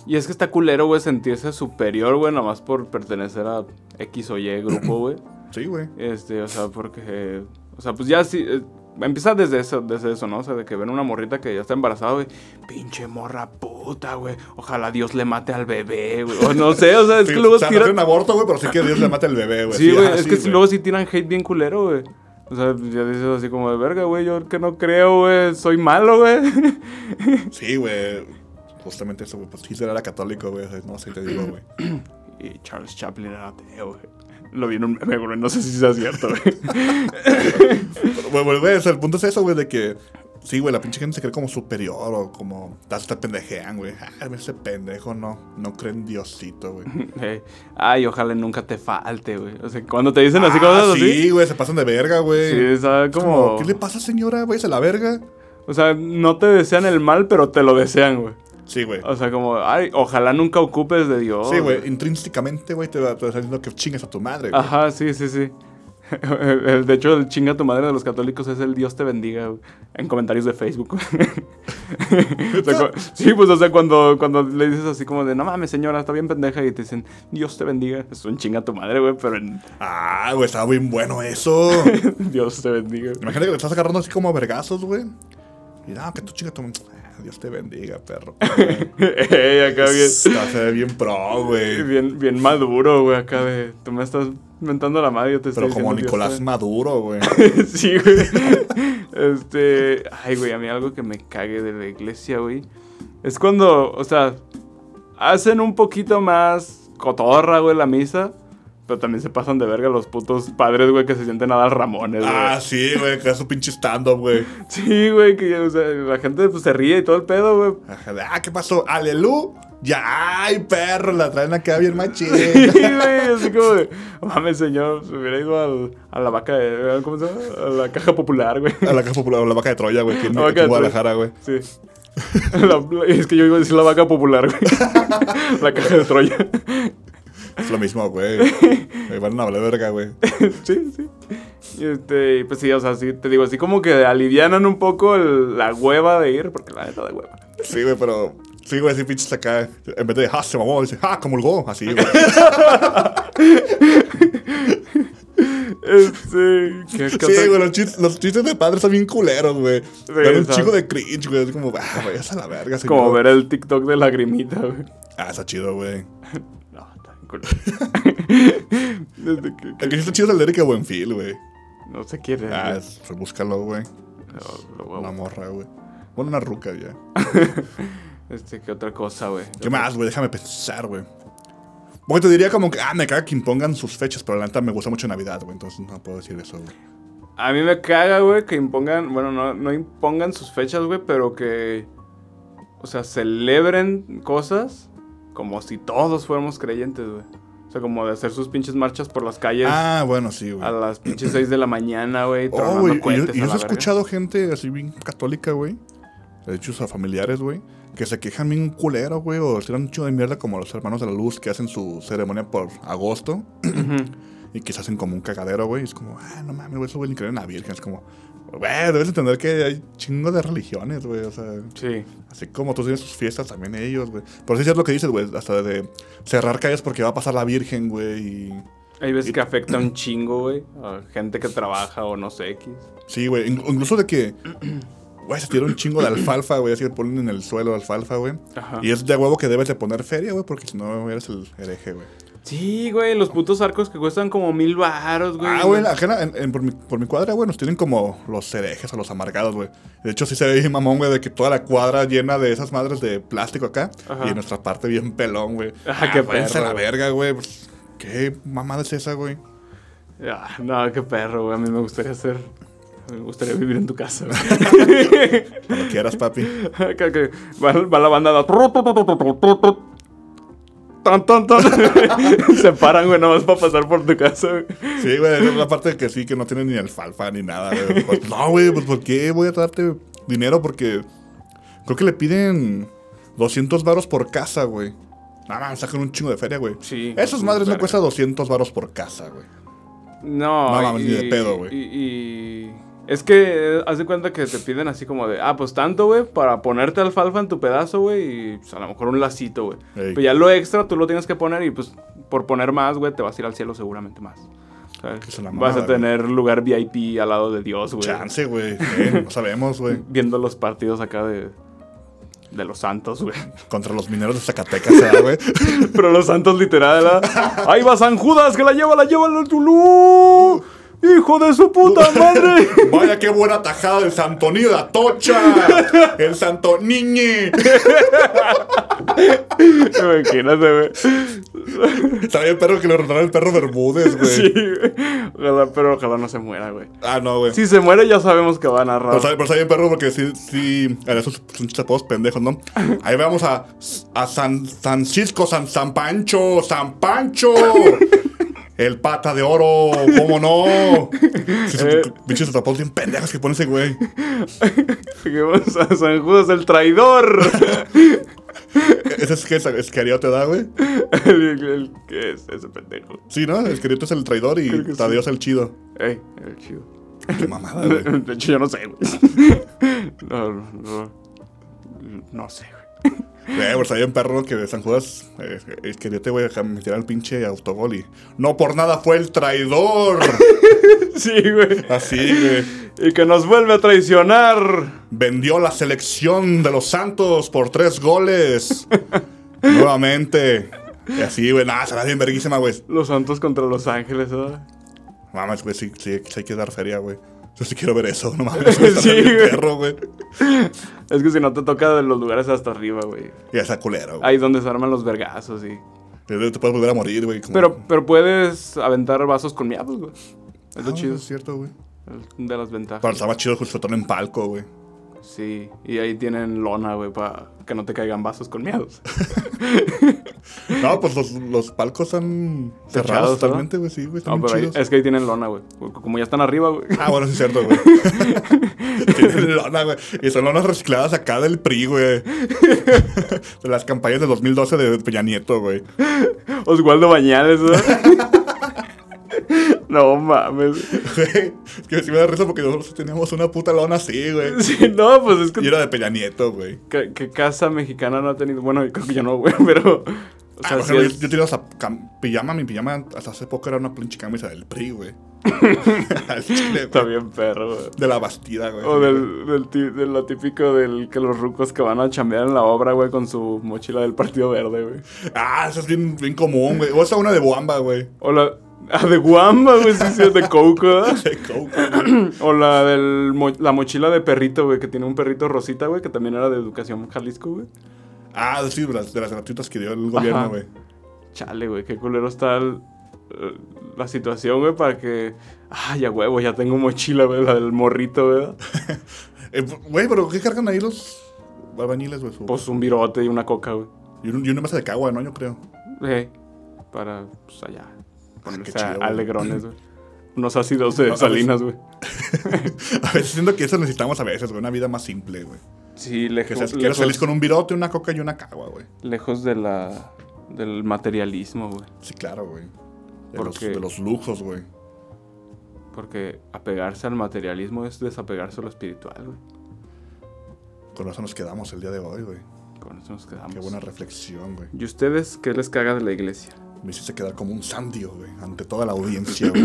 Y es que está culero, güey, sentirse superior, güey, nomás por pertenecer a X o Y grupo, güey. Sí, güey. Este, o sea, porque. eh, o sea, pues ya sí. eh, empieza desde eso, desde eso, ¿no? O sea, de que ven una morrita que ya está embarazada, güey. Pinche morra puta, güey. Ojalá Dios le mate al bebé, güey. O no sé, o sea, es Sí, que luego o sea, no tiran. tiene un aborto, güey, pero sí que Dios le mate al bebé, güey. Sí, güey, ah, es sí, que si luego sí tiran hate bien culero, güey. O sea, ya dices así como de verga, güey, yo que no creo, güey, soy malo, güey. Sí, güey. Justamente eso, güey. Pues sí, era católico, güey. o sea, No sé, te digo, güey. Y Charles Chaplin era ateo, güey. Lo vi en un meme, güey, no sé si sea cierto, güey. Pero, Güey, güey, güey, o sea, el punto es eso, güey, de que. Sí, güey, la pinche gente se cree como superior o como. Hasta pendejean, güey. Ah, ese pendejo no. No cree en Diosito, güey. Ey, Ay, ojalá nunca te falte, güey. O sea, cuando te dicen así cosas Ah, así. Sí, güey, se pasan de verga, güey. Sí, o sea, Es como- ¿Qué le pasa, señora? Güey, se la verga. O sea, no te desean el mal, pero te lo desean, güey. Sí, güey. O sea, como, ay, ojalá nunca ocupes de Dios. Sí, güey, intrínsecamente, güey, te va te va saliendo que chingas a tu madre, güey. Ajá, sí, sí, sí. El- el- De hecho, el chinga tu madre de los católicos es el Dios te bendiga güey, en comentarios de Facebook. O sea, cu- sí, pues, o sea, cuando, cuando le dices así como de, no mames, señora, está bien pendeja, y te dicen, Dios te bendiga. Es un chinga tu madre, güey, pero en Ah, güey, estaba bien bueno eso. Dios te bendiga. güey. Imagínate que le estás agarrando así como a vergazos, güey. Y no, que tú chingas tu madre. Ah, Dios te bendiga, perro. Ey, acá bien. Está se ve bien pro, güey. Bien, bien maduro, güey, acá de. Tú me estás mentando la madre, yo te Pero estoy como diciendo Nicolás Dios Maduro, güey. te- sí, güey. Este. Ay, güey, a mí algo que me cague de la iglesia, güey. Es cuando, o sea, hacen un poquito más cotorra, güey, la misa. Pero también se pasan de verga los putos padres, güey, que se sienten a dar ramones, güey. Ah, sí, güey, que es un pinche stand-up, güey. Sí, güey, que o sea, la gente pues, se ríe y todo el pedo, güey. Ajá, de, Ah, ¿qué pasó? Alelu. Ya, ay, perro, la traen acá bien machín. Sí, güey, así como de, mames, señor, se hubiera ido al- a la vaca, de- ¿cómo se llama? A la caja popular, güey. A la caja popular, a la vaca de Troya, güey, que en La vaca aquí de en Guadalajara, güey. Sí. La- la- es que yo iba a decir la vaca popular, güey. La caja de Troya. Es lo mismo, güey. Güey, Van a hablar verga, güey. Sí, sí. Y este, y pues sí, o sea, sí, te digo, así como que alivianan un poco el- la hueva de ir, porque la neta da hueva. Sí, güey, pero. Sí, güey, sí, pinches acá. En vez de, ah, se mamó, dice, ah, comulgó. Así, güey. Este, ¿qué- qué otra- Sí, güey, los chistes, los chistes de padres son bien culeros, güey. Dan un ¿sabes? chico de cringe, güey. Es como, ah, güey, es a la verga, señor. Como ver el TikTok de lagrimita, güey. Ah, está chido, güey. No, está bien culero. Desde que- El que sí está chido es el de Erika Buenfil, güey. No sé quién es. Ah, es- pues búscalo, güey. Lo- lo voy a Una morra, güey. Bueno, una ruca ya. Este, ¿qué otra cosa, güey? ¿Qué más, güey? Déjame pensar, güey. Bueno, te diría como que, ah, me caga que impongan sus fechas, pero la neta me gusta mucho Navidad, güey. Entonces no puedo decir eso, güey. A mí me caga, güey, que impongan, bueno, no, no impongan sus fechas, güey, pero que, o sea, celebren cosas como si todos fuéramos creyentes, güey. O sea, como de hacer sus pinches marchas por las calles Ah, bueno, sí, güey. a las pinches 6 de la mañana, güey, Oh, tronando güey, y yo, cohetes y a yo la he verga. escuchado gente así bien católica, güey. De hecho, sus familiares, güey. Que se quejan bien culero, güey. O tiran un chingo de mierda como los hermanos de la luz que hacen su ceremonia por agosto. y que se hacen como un cagadero, güey. Es como, ah, no mames, güey, eso güey ni creen en la Virgen. Es como, güey, debes entender que hay chingo de religiones, güey. O sea, Sí. así como tú tienes sus fiestas, también ellos, güey. Por eso es lo que dices, güey. Hasta de cerrar calles porque va a pasar la Virgen, güey. Y Hay veces que afecta un chingo, güey, a gente que trabaja o no sé, X. Sí, güey. in- Incluso de que. Güey, se tiró un chingo de alfalfa, güey. Así le ponen en el suelo alfalfa, güey. Ajá. Y es de huevo que debes de poner feria, güey, porque si no eres el hereje, güey. Sí, güey, los putos arcos que cuestan como mil baros, güey. Ah, güey, la ajena, en- en- por, mi, por mi cuadra, güey, nos tienen como los herejes o los amargados, güey. De hecho, sí se ve bien mamón, güey, de que toda la cuadra llena de esas madres de plástico acá. Ajá. Y en nuestra parte bien pelón, güey. Ah, qué váyanse a perro, la güey. verga, güey. Pues, ¿Qué mamada es esa, güey? Ah, no, qué perro, güey. A mí me gustaría ser. Me gustaría vivir en tu casa, güey. Cuando quieras, papi. Que- que va, va la banda. Tan, tan, tan. Se paran, güey, nada más para pasar por tu casa, güey. Sí, güey, esa es la parte que sí, que no tiene ni alfalfa ni nada, güey. Pues, no, güey, pues ¿por qué voy a darte dinero? Porque creo que le piden 200 varos por casa, güey. Nada, sacan un chingo de feria, güey. Sí. Esas madres no Verga. cuestan 200 varos por casa, güey. No, No mames, ni de pedo, güey. Y, y- es que eh, haz de cuenta que te piden así como de, ah, pues tanto, güey, para ponerte alfalfa en tu pedazo, güey, y pues, a lo mejor un lacito, güey. Ey. Pero ya lo extra tú lo tienes que poner y pues por poner más, güey, te vas a ir al cielo seguramente más. O sea, Que es una vas mamada, a tener lugar VIP al lado de Dios, güey. Chance, güey. Eh, no sabemos, güey. Viendo los partidos acá de, de los santos, güey. Contra los mineros de Zacatecas, ¿verdad, güey. Pero los santos literal, ¿verdad? Ahí va San Judas, que la lleva, la lleva el Tulú. Hijo de su puta madre. Vaya qué buena tajada del Santonio de Atocha. El Santo Niñe. Imagínate, güey. Sabía el perro que le ordenaron el perro Bermúdez, güey. Sí, güey. Ojalá, pero ojalá no se muera, güey. Ah, no, güey. Si se muere, ya sabemos que va a Pero narrar. está, pero está bien, perro, porque sí, sí, a esos son chapados pendejos, ¿no? Ahí vamos a, a San Francisco, San, San Pancho, San Pancho. El pata de oro, ¿cómo no? Sí, Eh. son Bichos chapados bien pendejos que pone ese güey. E-, Lleguemos a San Judas el traidor. ¿Ese es que es, Escariote, te da, güey? el, el- ¿Qué es ese pendejo? Sí, ¿no? Escariote es el traidor y Creo que sí. Tadeo es el chido. Ey, el chido. Qué mamada, güey. De hecho, yo no sé, güey. No, no, no. No sé, güey. Eh, pues había un perro que de San Judas eh, es que yo te voy a meter al pinche autogol y... No por nada fue el traidor. Sí, güey. Así, güey. Y que nos vuelve a traicionar. Vendió la selección de los Santos por tres goles. Nuevamente. Y así, güey. Nada, será bien verguísima, güey. Los Santos contra Los Ángeles, ¿verdad? Mames, güey, sí, sí, sí hay que dar feria, güey. Yo sí quiero ver eso, no mames. güey, está Sí, bien güey. perro, güey. Es que si no te toca de los lugares hasta arriba, güey. Y esa culera, güey. Ahí es donde se arman los vergazos y Te te puedes volver a morir, güey. como- Pero, pero puedes aventar vasos con miados, güey. Es lo Ah, chido. Es cierto, güey. el- De las ventajas. Pero estaba chido justo todo en palco, güey. Sí. Y ahí tienen lona, güey, para que no te caigan vasos con miados. No, pues los, los palcos están cerrados Techados, ¿no? totalmente, güey. Sí, güey, están No, muy Ah, pero ahí- chidos. es que ahí tienen lona, güey. Como ya están arriba, güey. Ah, bueno, sí es cierto, güey. Tienen lona, güey. Y son lonas recicladas acá del PRI, güey. De las campañas de 2012 de Peña Nieto, güey. Oswaldo Bañales, ¿no? no mames. Güey, es que sí me da risa porque nosotros teníamos una puta lona así, güey. Sí, no, pues es Y que, era de Peña Nieto, güey. que- que casa mexicana no ha tenido. Bueno, yo creo que yo no, güey, pero. O Ah, sea, por sí ejemplo, es- yo, yo tenía esa cam- pijama, mi pijama hasta hace poco era una pinche camisa del PRI, güey. Al chile, güey. está bien perro, güey. De la bastida, güey. O del, del ti- de lo típico del que los rucos que van a chambear en la obra, güey, con su mochila del Partido Verde, güey. Ah, eso es bien, bien común, güey. O esa una de Boamba, güey. O la. Ah, de Guamba, güey, sí, sí, es de Coco, ¿verdad? De Coke, güey. O la del mo- la mochila de perrito, güey, que tiene un perrito rosita, güey, que también era de Educación Jalisco, güey. Ah, sí, de las, de las gratuitas que dio el gobierno, Ajá. güey. Chale, güey, qué culero está el- eh, la situación, güey, para que. Ay, ya huevo, ya tengo mochila, güey, la del morrito, güey. Eh, Güey, pero ¿qué cargan ahí los albañiles, güey? Su- Pues un virote y una coca, güey. Y un- y una masa de cagua, ¿no? Yo creo. Eh, para, pues allá. Ponerse Ah, qué chido, a- güey. alegrones, güey. Unos ácidos de No, pues, a salinas, güey. A veces siento que eso necesitamos a veces, güey. Una vida más simple, güey. Sí, lejos, Que seas que eres Pues, lejos, feliz con un virote, una coca y una cagua, güey. lejos de la, del materialismo, güey. Sí, claro, güey. De, ¿Por los, qué? de los lujos, güey. Porque apegarse al materialismo es desapegarse a lo espiritual, güey. Con eso nos quedamos el día de hoy, güey. Con eso nos quedamos. Qué buena reflexión, güey. ¿Y ustedes qué les caga de la iglesia? Me hiciste quedar como un sandio, güey. Ante toda la audiencia, güey.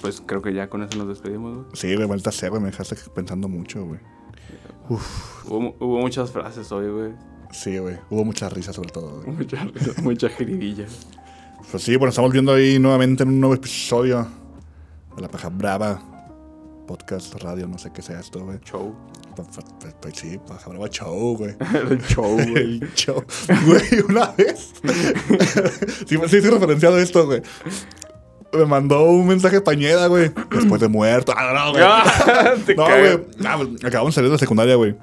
Pues creo que ya con eso nos despedimos, güey. Sí, güey, vuelta a ser, güey. Me dejaste pensando mucho, güey. Hubo, mu- hubo muchas frases hoy, güey. Sí, güey. Hubo mucha risa sobre todo, güey. Mucha, mucha jiribilla. Pues sí, bueno, estamos viendo ahí nuevamente en un nuevo episodio de La Paja Brava. Podcast, radio, no sé qué sea esto, güey. Pues, Show. Pa- pa- pa- pa- sí, Paja Brava Show, güey. El show, güey. El show. Güey, una vez. sí, sí, estoy referenciado a esto, güey. Me mandó un mensaje pañeda, güey. Después de muerto. Ah, no, no, güey. Ah, te No, cago. güey. Ah, pues, acabamos de salir de la secundaria, güey.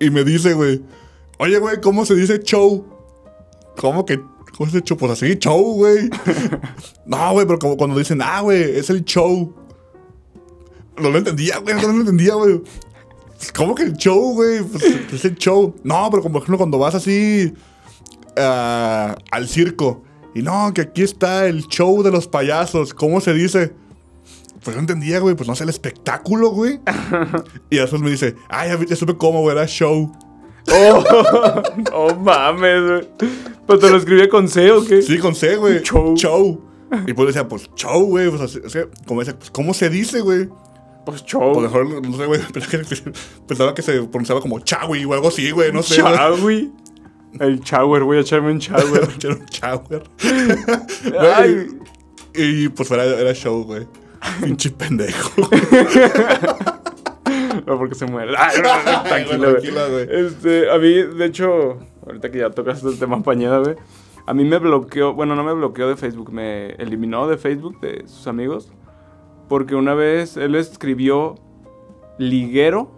Y me dice, güey. Oye, güey, ¿cómo se dice show? ¿Cómo que? ¿Cómo se dice show? Pues así, show, güey. no, güey, pero como cuando dicen, ah, güey, es el show. No lo entendía, güey, no lo entendía, güey. ¿Cómo que el show, güey? Pues, es el show. No, pero como por ejemplo cuando vas así ah, al circo. Y no, que aquí está el show de los payasos. ¿Cómo se dice? Pues no entendía, güey. Pues no sé el espectáculo, güey. y después me dice, ay, ya, vi- ya supe cómo, güey, era show. Oh, oh, mames, güey. Pero te lo escribí con C o qué? Sí, con C, güey. Show. Show. Y pues decía, pues show, güey. Pues así- es que, como dice, pues, ¿cómo se dice, güey? Pues Pues show. mejor, no sé, güey. Pensaba que- Pensaba que se pronunciaba como chawi o algo así, güey. No sé, güey. Chawi. El shower, voy a echarme un shower. Era un shower. Ay. Güey, Y pues era, era show, güey. Pinche pendejo. No, porque se muere. Ay, no, no, no, tranquilo, Bueno, güey. tranquila, güey. Este, a mí, de hecho, ahorita que ya tocaste el tema pañeda, güey. A mí me bloqueó, bueno, no me bloqueó de Facebook, me eliminó de Facebook de sus amigos. Porque una vez él escribió liguero,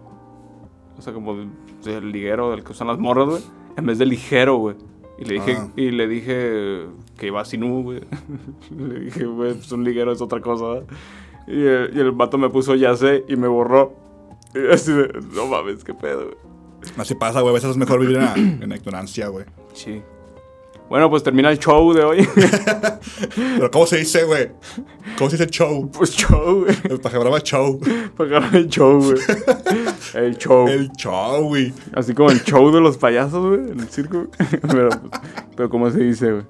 o sea, como de- del liguero del que usan las morras, güey, en vez de ligero, güey. Y le dije, Ah. y le dije que iba sin U, güey. le dije, güey, pues un liguero es otra cosa, ¿verdad? Y el, y el vato me puso ya sé y me borró. Y así de, no mames, qué pedo, güey. Así pasa, güey. A veces es mejor vivir en la, en la ignorancia, güey. Sí. Bueno, pues termina el show de hoy. Pero ¿cómo se dice, güey? ¿Cómo se dice show? pues show, güey. El pajabrava show. Pagaron el show, güey. El show. El show, güey. Así como el show de los payasos, güey, en el circo. pero, pues, pero ¿cómo se dice, güey?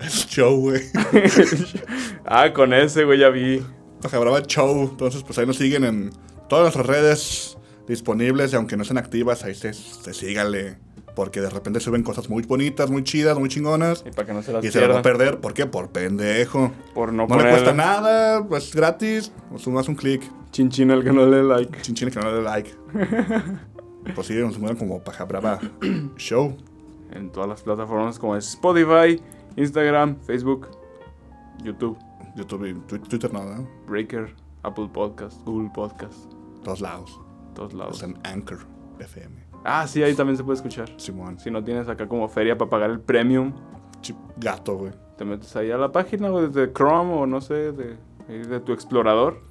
El show, güey. ah, con ese, güey, ya vi. Pajabrava show. Entonces, pues ahí nos siguen en todas nuestras redes disponibles. Y aunque no estén activas, ahí se, se síganle. Porque de repente suben cosas muy bonitas, muy chidas, muy chingonas. Y para que no se las Y se las va pierda. a perder, ¿por qué? Por pendejo. Por no No, poner le cuesta nada, pues es gratis. Pues más un clic. Chin chin al que no le like. Chin chin, que no le dé like. pues sí, nos mueven como paja brava show. en todas las plataformas como es Spotify, Instagram, Facebook, YouTube, YouTube y Twi- Twitter no, ¿verdad? Breaker, Apple Podcast, Google Podcast, Todos lados. todos Está lados. en Anchor FM. Ah, sí, ahí también se puede escuchar. Simón. Si no tienes acá como feria para pagar el premium, Chip gato, güey. te metes ahí a la página o desde Chrome o no sé, de, ahí de tu explorador.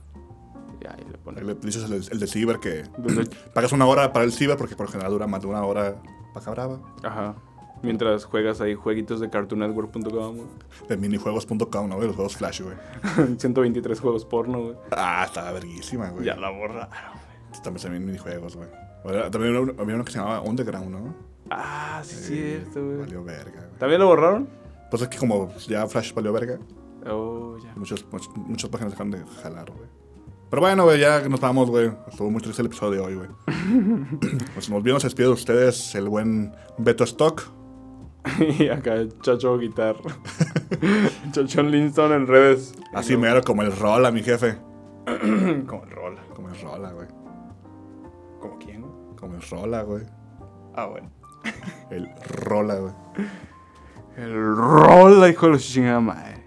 Y ahí le Ahí pones. le dices el, el de Ciber que Desde- pagas una hora para el Ciber porque por lo general dura más de una hora paja brava. ajá. Mientras juegas ahí jueguitos de cartoonnetwork.com, güey. De minijuegos.com, ¿no? güey? Los juegos Flash, güey. 123 juegos porno, güey. Ah, estaba verguísima, güey. Ya la borraron. También se ven minijuegos, güey. Bueno, También había uno- había uno que se llamaba Underground, ¿no? Ah, sí, es Eh, cierto, güey. Valió verga, güey. ¿También lo borraron? Pues es que como ya Flash valió verga, Oh, ya. muchos, muchos- muchas páginas dejaron de jalar, güey. Pero bueno, güey, ya nos vamos, güey. Estuvo muy triste el episodio de hoy, güey. pues nos vimos, se despide de ustedes el buen Beto Stock. y acá Chacho Guitar. Chachón Linston en redes. Así mero como el Rola, mi jefe. Como el rola. Como el Rola, güey. ¿Como quién? güey? Como el Rola, güey. Ah, bueno. El Rola, güey. El rola, hijo de los chingada madre.